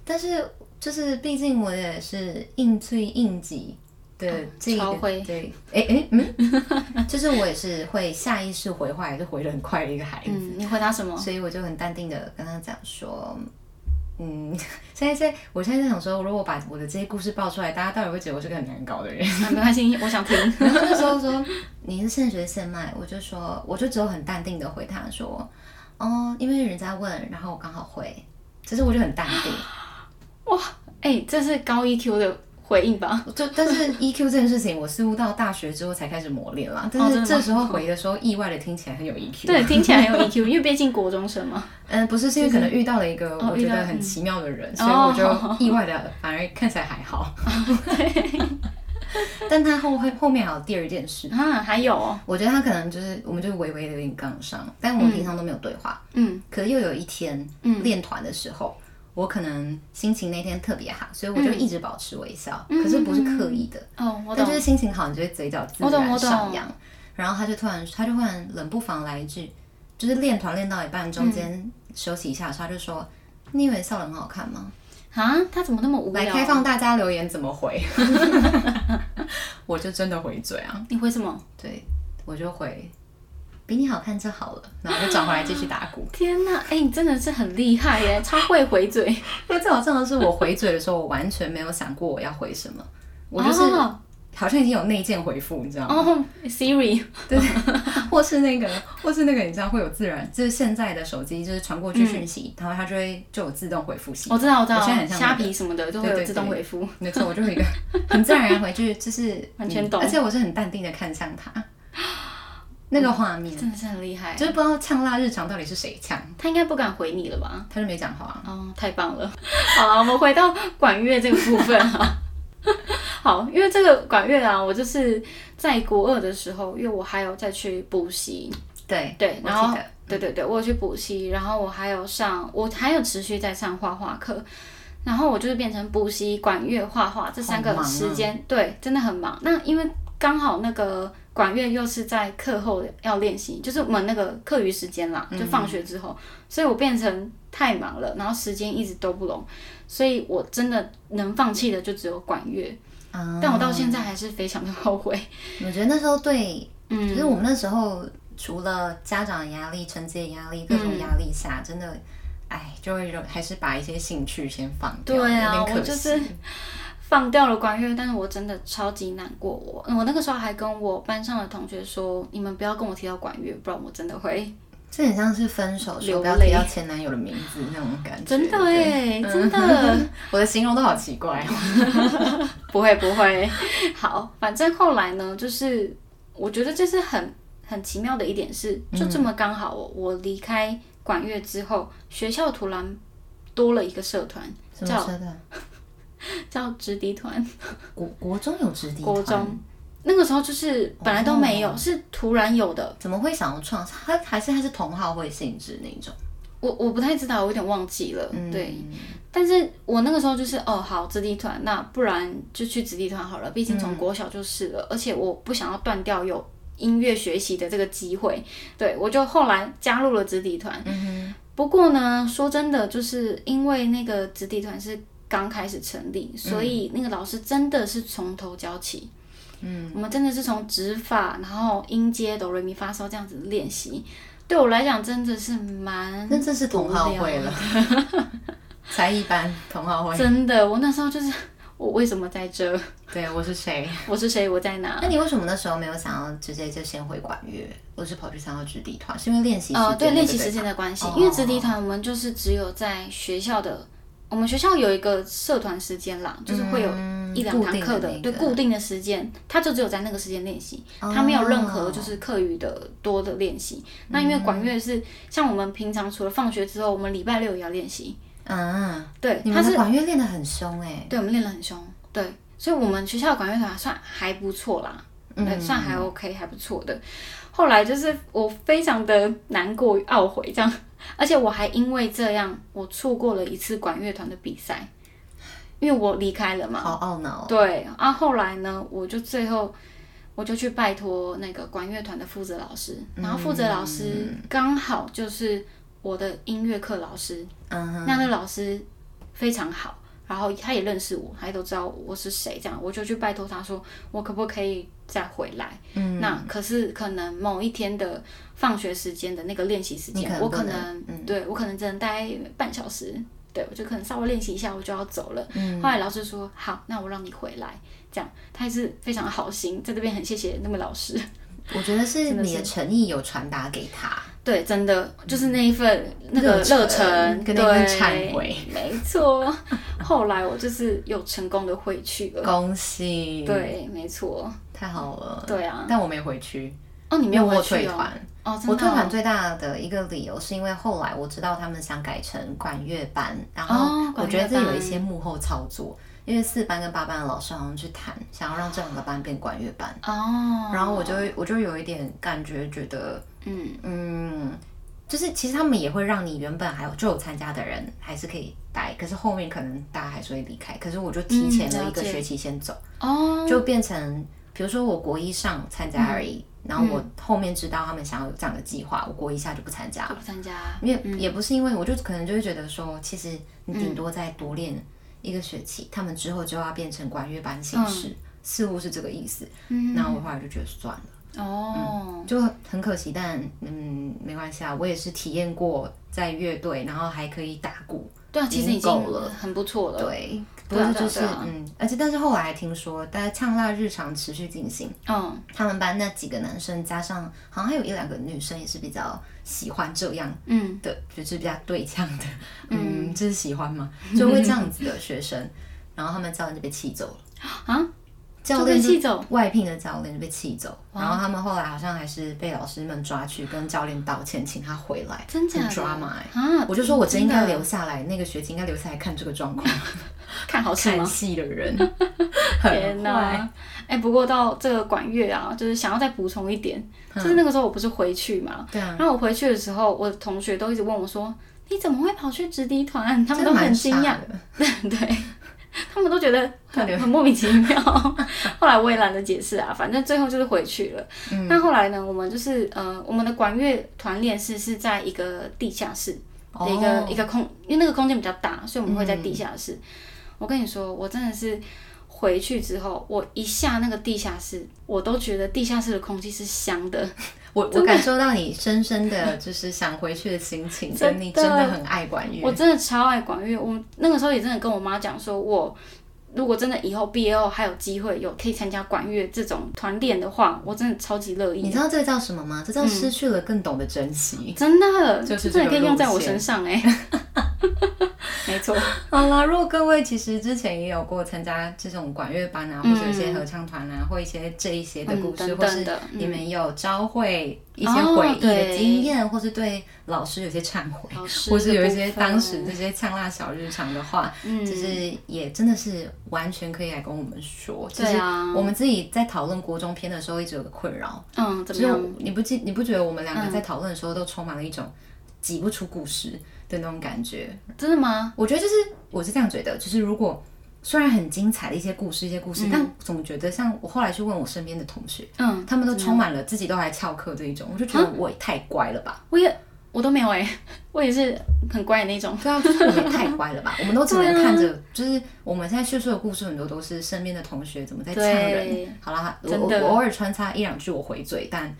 [SPEAKER 1] 但是就是毕竟我也是应最应急的这一
[SPEAKER 2] 哦超
[SPEAKER 1] 个，
[SPEAKER 2] 会
[SPEAKER 1] 对，哎哎嗯， 就是我也是会下意识回话，也是回的很快的一个孩子，
[SPEAKER 2] 嗯，你回答什么？
[SPEAKER 1] 所以我就很淡定的跟他讲说。嗯， 现在在，我现在在想说，如果我把我的这些故事爆出来，大家到底会觉得我是个很难搞的人？
[SPEAKER 2] 啊，没关系，我想听，
[SPEAKER 1] 然后那时候说你是现学现卖，我就说，我就只有很淡定的回他说，哦，因为人家问，然后我刚好回，其实我就很淡定。
[SPEAKER 2] 哎，这是高 EQ 的回应吧？
[SPEAKER 1] 就但是 EQ 这件事情，我似乎到大学之后才开始磨练啦。但
[SPEAKER 2] 哦真
[SPEAKER 1] 是
[SPEAKER 2] 的
[SPEAKER 1] 这
[SPEAKER 2] 吗
[SPEAKER 1] 时候 回的时候，意外的听起来很有 E EQ。
[SPEAKER 2] 对，听起来 很有 EQ，因为毕竟国中生嘛。
[SPEAKER 1] 嗯，不是，是因为可能遇到了一个
[SPEAKER 2] 哦
[SPEAKER 1] 我觉
[SPEAKER 2] 遇到哦
[SPEAKER 1] 得很奇妙的人，所以我就意外的反而看起来还 好。 但他后后后面还有第二件事，
[SPEAKER 2] 啊，还有哦，
[SPEAKER 1] 我觉得他可能就是我们就微微的有点杠上，但我们平常都没有对话。
[SPEAKER 2] 嗯
[SPEAKER 1] 可是又有一天练团的时候，我可能心情那天特别好，所以我就
[SPEAKER 2] 嗯
[SPEAKER 1] 一直保持微笑，可是不是刻意的。
[SPEAKER 2] 哦，我
[SPEAKER 1] 但
[SPEAKER 2] 懂
[SPEAKER 1] 就，是心情好，你就会嘴角自
[SPEAKER 2] 我懂
[SPEAKER 1] 然
[SPEAKER 2] 我懂
[SPEAKER 1] 上扬。然后他就突然，他就突然冷不防来一句，就是练团练到一半，中间休息一下的时候，他就说：“你以为笑得很好看吗
[SPEAKER 2] 啊，他怎么那么？”无
[SPEAKER 1] 来
[SPEAKER 2] 聊？
[SPEAKER 1] 开放大家留言怎么回， 我就真的回嘴啊，
[SPEAKER 2] 你回什么？
[SPEAKER 1] 对我就回比你好看就好了，然后就转回来继续打 鼓。
[SPEAKER 2] 天哪，哎、你真的是很厉害耶，超会回嘴。
[SPEAKER 1] 因为最好笑的是，我回嘴的时候，我完全没有想过我要回什么，我就是
[SPEAKER 2] 哦
[SPEAKER 1] 好像已经有内建回复，你知道吗？
[SPEAKER 2] 哦，Siri，
[SPEAKER 1] 或是那个，或是那个，你知道会有自然，就是现在的手机就是传过
[SPEAKER 2] 嗯
[SPEAKER 1] 去讯息，然后它就会就有自动回复系统。
[SPEAKER 2] 我知道，我知道，
[SPEAKER 1] 我现在很像
[SPEAKER 2] 虾皮什么的就会
[SPEAKER 1] 对
[SPEAKER 2] 有
[SPEAKER 1] 对
[SPEAKER 2] 自动
[SPEAKER 1] 对
[SPEAKER 2] 回复。
[SPEAKER 1] 没错，我就有一个很自然而然回去，就是
[SPEAKER 2] 完全
[SPEAKER 1] 嗯
[SPEAKER 2] 懂
[SPEAKER 1] 而且我是很淡定的看向他，那个画面，
[SPEAKER 2] 真的是很厉害。
[SPEAKER 1] 就是不知道呛辣日常到底是谁呛，
[SPEAKER 2] 他应该不敢回你了吧？
[SPEAKER 1] 他就没讲话。
[SPEAKER 2] 哦，太棒了。 好了，我们回到管乐这个部分啊。 好，因为这个管乐啊，我就是在国二的时候，因为我还有再去补习，
[SPEAKER 1] 对
[SPEAKER 2] 对，
[SPEAKER 1] 我
[SPEAKER 2] 然
[SPEAKER 1] 记
[SPEAKER 2] 后
[SPEAKER 1] 得
[SPEAKER 2] 对对对，我有去补习，然后我还有上，我还有持续在上画画课，然后我就是变成补习、管乐、画画这三
[SPEAKER 1] 好
[SPEAKER 2] 个
[SPEAKER 1] 忙啊
[SPEAKER 2] 时间，对，真的很忙。那因为刚好那个管乐又是在课后要练习，就是我们那个课余时间啦，就
[SPEAKER 1] 嗯
[SPEAKER 2] 放学之后，所以我变成太忙了，然后时间一直都不拢，所以我真的能放弃的就只有管乐，
[SPEAKER 1] 啊
[SPEAKER 2] 但我到现在还是非常的后悔。
[SPEAKER 1] 我觉得那时候对，
[SPEAKER 2] 嗯
[SPEAKER 1] 就是我们那时候除了家长的压力、成绩的压力、各
[SPEAKER 2] 嗯
[SPEAKER 1] 种压力下，真的，哎，就会有还是把一些兴趣先放掉，
[SPEAKER 2] 对啊
[SPEAKER 1] 有点可
[SPEAKER 2] 我就
[SPEAKER 1] 惜
[SPEAKER 2] 是放掉了管乐，但是我真的超级难过我。我那个时候还跟我班上的同学说，你们不要跟我提到管乐，不然我真的会
[SPEAKER 1] 这很像是分手说
[SPEAKER 2] 流
[SPEAKER 1] 不要
[SPEAKER 2] 泪
[SPEAKER 1] 提到前男友的名字那种感觉，
[SPEAKER 2] 真的
[SPEAKER 1] 对嗯
[SPEAKER 2] 哎，真的
[SPEAKER 1] 我的形容都好奇怪哦。
[SPEAKER 2] 不会不会。 好，反正后来呢，就是我觉得这是很很奇妙的一点是，就
[SPEAKER 1] 嗯
[SPEAKER 2] 这么刚好我我离开管乐之后，学校突然多了一个社团，
[SPEAKER 1] 什么车的？
[SPEAKER 2] 叫直笛团。
[SPEAKER 1] 国国中有直笛团
[SPEAKER 2] 国中那个时候就是本来都没
[SPEAKER 1] 哦
[SPEAKER 2] 有，是突然有的。
[SPEAKER 1] 怎么会想要创？他还是他是同好会性质那种。
[SPEAKER 2] 我我不太知道，我有点忘记了。对，但是我那个时候就是哦，好，子弟团，那不然就去子弟团好了，毕竟从国小就是了，而且我不想要断掉有音乐学习的这个机会。对，我就后来加入了子弟团。不过呢，说真的，就是因为那个子弟团是刚开始成立，所以那个老师真的是从头教起。嗯，我们真的是从指法，然后音阶、哆来咪发嗦这样子练习。对我来讲，真的是蛮
[SPEAKER 1] 那这是同好会
[SPEAKER 2] 无
[SPEAKER 1] 了，才艺班同好会。
[SPEAKER 2] 真的，我那时候就是我为什么在这？
[SPEAKER 1] 对，我是 谁？
[SPEAKER 2] 我是谁？我在哪？
[SPEAKER 1] 那你为什么那时候没有想要直接就先回管乐，或是跑去参加直笛团？是因为练习时间？
[SPEAKER 2] 呃，对，练习
[SPEAKER 1] 不
[SPEAKER 2] 时间的关系
[SPEAKER 1] 哦，
[SPEAKER 2] 因为直笛团我们就是只有在学校的，我们学校有一个社团时间啦，就是会有
[SPEAKER 1] 嗯
[SPEAKER 2] 一两堂课
[SPEAKER 1] 固定的
[SPEAKER 2] 的
[SPEAKER 1] 那，个哦
[SPEAKER 2] 对，固定的时间，他就只有在那个时间练习，他没有任何就是课余的多的练习。那因为管乐是像我们平常除了放学之后，我们礼拜六也要练习，
[SPEAKER 1] 嗯，
[SPEAKER 2] 对，
[SPEAKER 1] 你
[SPEAKER 2] 他
[SPEAKER 1] 们
[SPEAKER 2] 是
[SPEAKER 1] 的管乐练得很凶哎、
[SPEAKER 2] 对，我们练得很凶，对，所以我们学校的管乐团算还不错啦，
[SPEAKER 1] 嗯
[SPEAKER 2] 对，算还 OK，还不错的。后来就是我非常的难过、懊悔这样，而且我还因为这样，我错过了一次管乐团的比赛，因为我离开了嘛。
[SPEAKER 1] 好懊恼。
[SPEAKER 2] 对，啊，后来呢，我就最后我就去拜托那个管乐团的负责老师，然后负责老师刚好就是我的音乐课老师，
[SPEAKER 1] 嗯，
[SPEAKER 2] 那那老师非常好，然后他也认识我，他也都知道我是谁，这样我就去拜托他说，我可不可以再回来？嗯，那可是可能某一天的放学时间的那个练习时
[SPEAKER 1] 你
[SPEAKER 2] 间
[SPEAKER 1] 可，能
[SPEAKER 2] 我
[SPEAKER 1] 不
[SPEAKER 2] 可
[SPEAKER 1] 能嗯
[SPEAKER 2] 能，对我可能只能待半小时。对，我就可能稍微练习一下，我就要走了。嗯、后来老师说：“好，那我让你回来。”这样，他还是非常好心，在这边很谢谢那位老师。
[SPEAKER 1] 我觉得是你的诚意有传达给他，
[SPEAKER 2] 对，真的就是那一份那个
[SPEAKER 1] 热忱
[SPEAKER 2] 热忱，
[SPEAKER 1] 跟
[SPEAKER 2] 对，
[SPEAKER 1] 那份忏悔，
[SPEAKER 2] 没错。后来我就是有成功的回去了，
[SPEAKER 1] 恭喜，，
[SPEAKER 2] 对，没错，
[SPEAKER 1] 太好了。
[SPEAKER 2] 对啊。
[SPEAKER 1] 但我没回去，
[SPEAKER 2] 哦，你没有
[SPEAKER 1] 因为
[SPEAKER 2] 回
[SPEAKER 1] 我
[SPEAKER 2] 去
[SPEAKER 1] 退
[SPEAKER 2] 哦？
[SPEAKER 1] 团。
[SPEAKER 2] 哦，真
[SPEAKER 1] 我
[SPEAKER 2] 的
[SPEAKER 1] 退
[SPEAKER 2] 哦
[SPEAKER 1] 团最大的一个理由是因为后来我知道他们想改成管乐班，然
[SPEAKER 2] 哦
[SPEAKER 1] 后我
[SPEAKER 2] 管
[SPEAKER 1] 觉
[SPEAKER 2] 乐
[SPEAKER 1] 得这有一
[SPEAKER 2] 班
[SPEAKER 1] 些幕后操作，因为四班跟八班的老师好像去谈，想要让这两个班变管乐班。
[SPEAKER 2] 哦，
[SPEAKER 1] 然后我就会我就有一点感觉，觉得，
[SPEAKER 2] 嗯
[SPEAKER 1] 嗯，就是其实他们也会让你原本还有就有参加的人还是可以待，可是后面可能大家还是会离开。可是我就提前了一个
[SPEAKER 2] 嗯了解
[SPEAKER 1] 学期先走，
[SPEAKER 2] 哦，
[SPEAKER 1] 就变成比如说我国一上参加而已，然后
[SPEAKER 2] 嗯
[SPEAKER 1] 我后面知道他们想要有这样的计划，我国一下就不参加
[SPEAKER 2] 我
[SPEAKER 1] 了。
[SPEAKER 2] 不参加
[SPEAKER 1] 因为也不是因为，我就可能就会觉得说，其实你顶多再多练一个学期，他们之后就要变成管乐班形式，似乎是这个意思。
[SPEAKER 2] 嗯
[SPEAKER 1] 那我后来就觉得算了。
[SPEAKER 2] 哦，
[SPEAKER 1] 就很可惜，但嗯，没关系啊，我也是体验过在乐队，然后还可以打鼓，
[SPEAKER 2] 对啊，
[SPEAKER 1] 已
[SPEAKER 2] 其实
[SPEAKER 1] 经
[SPEAKER 2] 已经
[SPEAKER 1] 够了
[SPEAKER 2] 很不错了，
[SPEAKER 1] 对，不
[SPEAKER 2] 对啊
[SPEAKER 1] 过这就是、
[SPEAKER 2] 对啊对啊
[SPEAKER 1] 嗯，而且但是后来还听说，大家呛辣日常持续进行，
[SPEAKER 2] 嗯，
[SPEAKER 1] 他们班那几个男生加上好像还有一两个女生也是比较喜欢这样
[SPEAKER 2] 嗯
[SPEAKER 1] 的，就是比较对呛的，嗯，这是喜欢吗？就会这样子的学生，然后他们教练就被气走了。
[SPEAKER 2] 啊，
[SPEAKER 1] 教
[SPEAKER 2] 就
[SPEAKER 1] 练
[SPEAKER 2] 被
[SPEAKER 1] 就
[SPEAKER 2] 气走
[SPEAKER 1] 外聘的教练就被气走，然后他们后来好像还是被老师们抓去跟教练道歉，请他回来，
[SPEAKER 2] 啊真假的
[SPEAKER 1] 很抓马欸
[SPEAKER 2] 啊，
[SPEAKER 1] 我就说我真应该
[SPEAKER 2] 的
[SPEAKER 1] 留下来，那个学期应该留下来看这个状况，
[SPEAKER 2] 看好啊戏
[SPEAKER 1] 看
[SPEAKER 2] 吗？
[SPEAKER 1] 戏的 人很坏。！
[SPEAKER 2] 哎、不过到这个管乐啊，就是想要再补充一点，就是那个时候我不是回去嘛，
[SPEAKER 1] 嗯对啊，
[SPEAKER 2] 然后我回去的时候，我的同学都一直问我说：“你怎么会跑去直笛团？”他们
[SPEAKER 1] 真的
[SPEAKER 2] 都
[SPEAKER 1] 蛮
[SPEAKER 2] 很惊
[SPEAKER 1] 傻
[SPEAKER 2] 讶，
[SPEAKER 1] 的。
[SPEAKER 2] 对，他们们都觉得很很莫名其妙。 后来我也懒得解释啊，反正最后就是回去了。
[SPEAKER 1] 嗯
[SPEAKER 2] 那后来呢，我们就是呃，我们的管乐团练室是在一个地下室的一个、
[SPEAKER 1] 哦嗯
[SPEAKER 2] 一个空，因为那个空间比较大，所以我们会在地下室。我跟你说，我真的是。回去之后，我一下那个地下室，我都觉得地下室的空气是香的，
[SPEAKER 1] 我我感受到你深深的就是想回去的心 情，
[SPEAKER 2] 真
[SPEAKER 1] 跟你
[SPEAKER 2] 的
[SPEAKER 1] 真的很爱管乐。
[SPEAKER 2] 我真的超爱管乐，我那个时候也真的跟我妈讲说，我如果真的以后毕业后还有机会有可以参加管乐这种团练的话，我真的超级乐
[SPEAKER 1] 你
[SPEAKER 2] 意。
[SPEAKER 1] 知道这个叫什么吗？这叫
[SPEAKER 2] 嗯
[SPEAKER 1] 失去了更懂得珍惜。
[SPEAKER 2] 真的，
[SPEAKER 1] 嗯就是
[SPEAKER 2] 真
[SPEAKER 1] 这
[SPEAKER 2] 的可
[SPEAKER 1] 个
[SPEAKER 2] 以用在
[SPEAKER 1] 路
[SPEAKER 2] 我
[SPEAKER 1] 线
[SPEAKER 2] 身上 哎、没错，
[SPEAKER 1] 好啦，如果各位其实之前也有过参加这种管乐班啊，
[SPEAKER 2] 嗯
[SPEAKER 1] 或者一些合唱团啊，或一些这一些的故事，
[SPEAKER 2] 嗯等
[SPEAKER 1] 或
[SPEAKER 2] 嗯等
[SPEAKER 1] 是
[SPEAKER 2] 的
[SPEAKER 1] 你们有教会一些
[SPEAKER 2] 哦
[SPEAKER 1] 回忆的
[SPEAKER 2] 对
[SPEAKER 1] 经验，或是对老师有些忏悔，
[SPEAKER 2] 老师
[SPEAKER 1] 或是有一
[SPEAKER 2] 的
[SPEAKER 1] 些
[SPEAKER 2] 部分
[SPEAKER 1] 当时这些呛辣小日常的话，
[SPEAKER 2] 嗯
[SPEAKER 1] 就是也真的是完全可以来跟我们说。就
[SPEAKER 2] 对
[SPEAKER 1] 是
[SPEAKER 2] 啊
[SPEAKER 1] 我们自己在讨论国中篇的时候，一直有个困扰，
[SPEAKER 2] 嗯，
[SPEAKER 1] 就
[SPEAKER 2] 怎么
[SPEAKER 1] 是
[SPEAKER 2] 样？嗯
[SPEAKER 1] 我你不记你不觉得我们两个在讨论的时候都充满了一种挤不出故事的那种感觉？
[SPEAKER 2] 真的吗？
[SPEAKER 1] 啊我觉得就是我是这样觉得，就是如果虽然很精彩的一些故事，一些故事，但总觉得像我后来去问我身边的同学，
[SPEAKER 2] 嗯，
[SPEAKER 1] 他们都充满了自己都来翘课这一种，我就觉得我也太乖了吧？
[SPEAKER 2] 我也我都没有哎、 我也是很乖的那种。
[SPEAKER 1] 对啊，就是我们也太乖了 吧？我们都只能看
[SPEAKER 2] 啊
[SPEAKER 1] 着，就是我们现在叙述的故事很多都是身边的同学怎么在呛
[SPEAKER 2] 对
[SPEAKER 1] 人。好啦，我
[SPEAKER 2] 真
[SPEAKER 1] 我
[SPEAKER 2] 的
[SPEAKER 1] 我偶尔穿插一两句我回嘴，但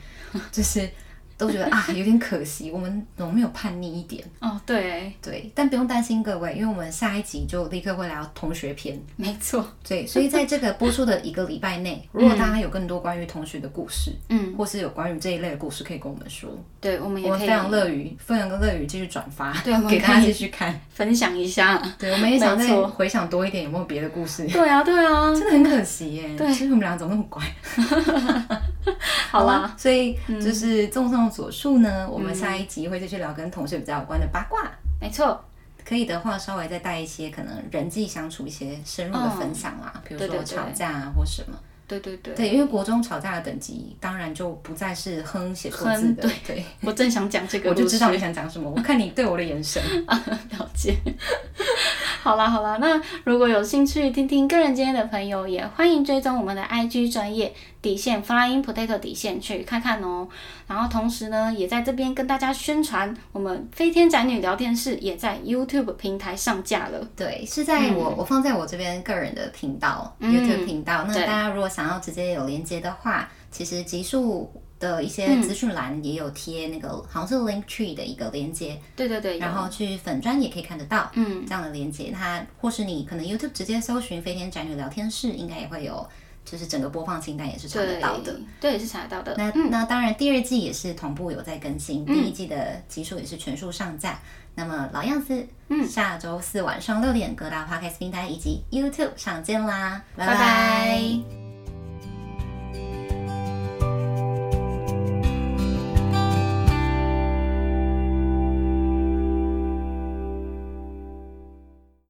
[SPEAKER 1] 就是都觉得啊有点可惜，我们我们没有叛逆一点。
[SPEAKER 2] 哦，对，
[SPEAKER 1] 对，但不用担心各位，因为我们下一集就立刻会聊同学篇。
[SPEAKER 2] 没错，
[SPEAKER 1] 对，所以在这个播出的一个礼拜 内，如果大家有更多关于同学的故事，
[SPEAKER 2] 嗯，
[SPEAKER 1] 或是有关于这一类的故事，可以跟我们说，
[SPEAKER 2] 对，我们也
[SPEAKER 1] 我们
[SPEAKER 2] 可
[SPEAKER 1] 非
[SPEAKER 2] 以
[SPEAKER 1] 常乐于，非常乐于继续转发，
[SPEAKER 2] 对我们
[SPEAKER 1] 给大
[SPEAKER 2] 可
[SPEAKER 1] 家
[SPEAKER 2] 以
[SPEAKER 1] 继续 看。
[SPEAKER 2] 分享 一下。
[SPEAKER 1] 对，我们也想
[SPEAKER 2] 没
[SPEAKER 1] 再
[SPEAKER 2] 错
[SPEAKER 1] 回想多一点，有没有别的故事？
[SPEAKER 2] 对啊，对啊，
[SPEAKER 1] 真的很可惜耶，对，其实我们俩怎么那么乖？
[SPEAKER 2] 好啦，嗯
[SPEAKER 1] 啊，所以就是综上所述呢，我们下一集会继续聊跟同学比较有关的八卦。
[SPEAKER 2] 没错，
[SPEAKER 1] 可以的话，稍微再带一些可能人际相处一些深入的分享啦，比如
[SPEAKER 2] 嗯对
[SPEAKER 1] 说
[SPEAKER 2] 对对
[SPEAKER 1] 吵架啊或什么。
[SPEAKER 2] 对对对。
[SPEAKER 1] 对，因为国中吵架的等级当然就不再是哼写错字
[SPEAKER 2] 哼
[SPEAKER 1] 的，对，
[SPEAKER 2] 我正想讲这个
[SPEAKER 1] 我
[SPEAKER 2] 故事，
[SPEAKER 1] 就知道你想讲什么。我看你对我的眼神，
[SPEAKER 2] 啊，了解。 好啦好啦，那如果有兴趣听听个人经验的朋友，也欢迎追踪我们的 IG 专业底线 Flying Potato 底线去看看哦。然后同时呢，也在这边跟大家宣传，我们飞天宅女聊天室也在 YouTube 平台上架了。
[SPEAKER 1] 对，是在我、我放在我这边个人的频道、
[SPEAKER 2] 嗯
[SPEAKER 1] YouTube 频道。那
[SPEAKER 2] 对
[SPEAKER 1] 大家如果想要直接有连接的话，其实集数的一些资讯栏也有贴那个、好像是 Link Tree 的一个连接，
[SPEAKER 2] 对对对，
[SPEAKER 1] 然后去粉专也可以看得到。
[SPEAKER 2] 嗯，
[SPEAKER 1] 这样的连接，它或是你可能 YouTube 直接搜寻“飞天宅女聊天室”，应该也会有，就是整个播放清单也是查得
[SPEAKER 2] 对
[SPEAKER 1] 到的。，
[SPEAKER 2] 对是查得到的。嗯
[SPEAKER 1] 那那当然，第二季也是同步有在更新，第一季的集数也是全数上架。那么老样子，
[SPEAKER 2] 嗯
[SPEAKER 1] 下周四晚上六点，各大 podcast 平台以及 YouTube 上见啦，拜
[SPEAKER 2] 拜
[SPEAKER 1] 拜
[SPEAKER 2] 拜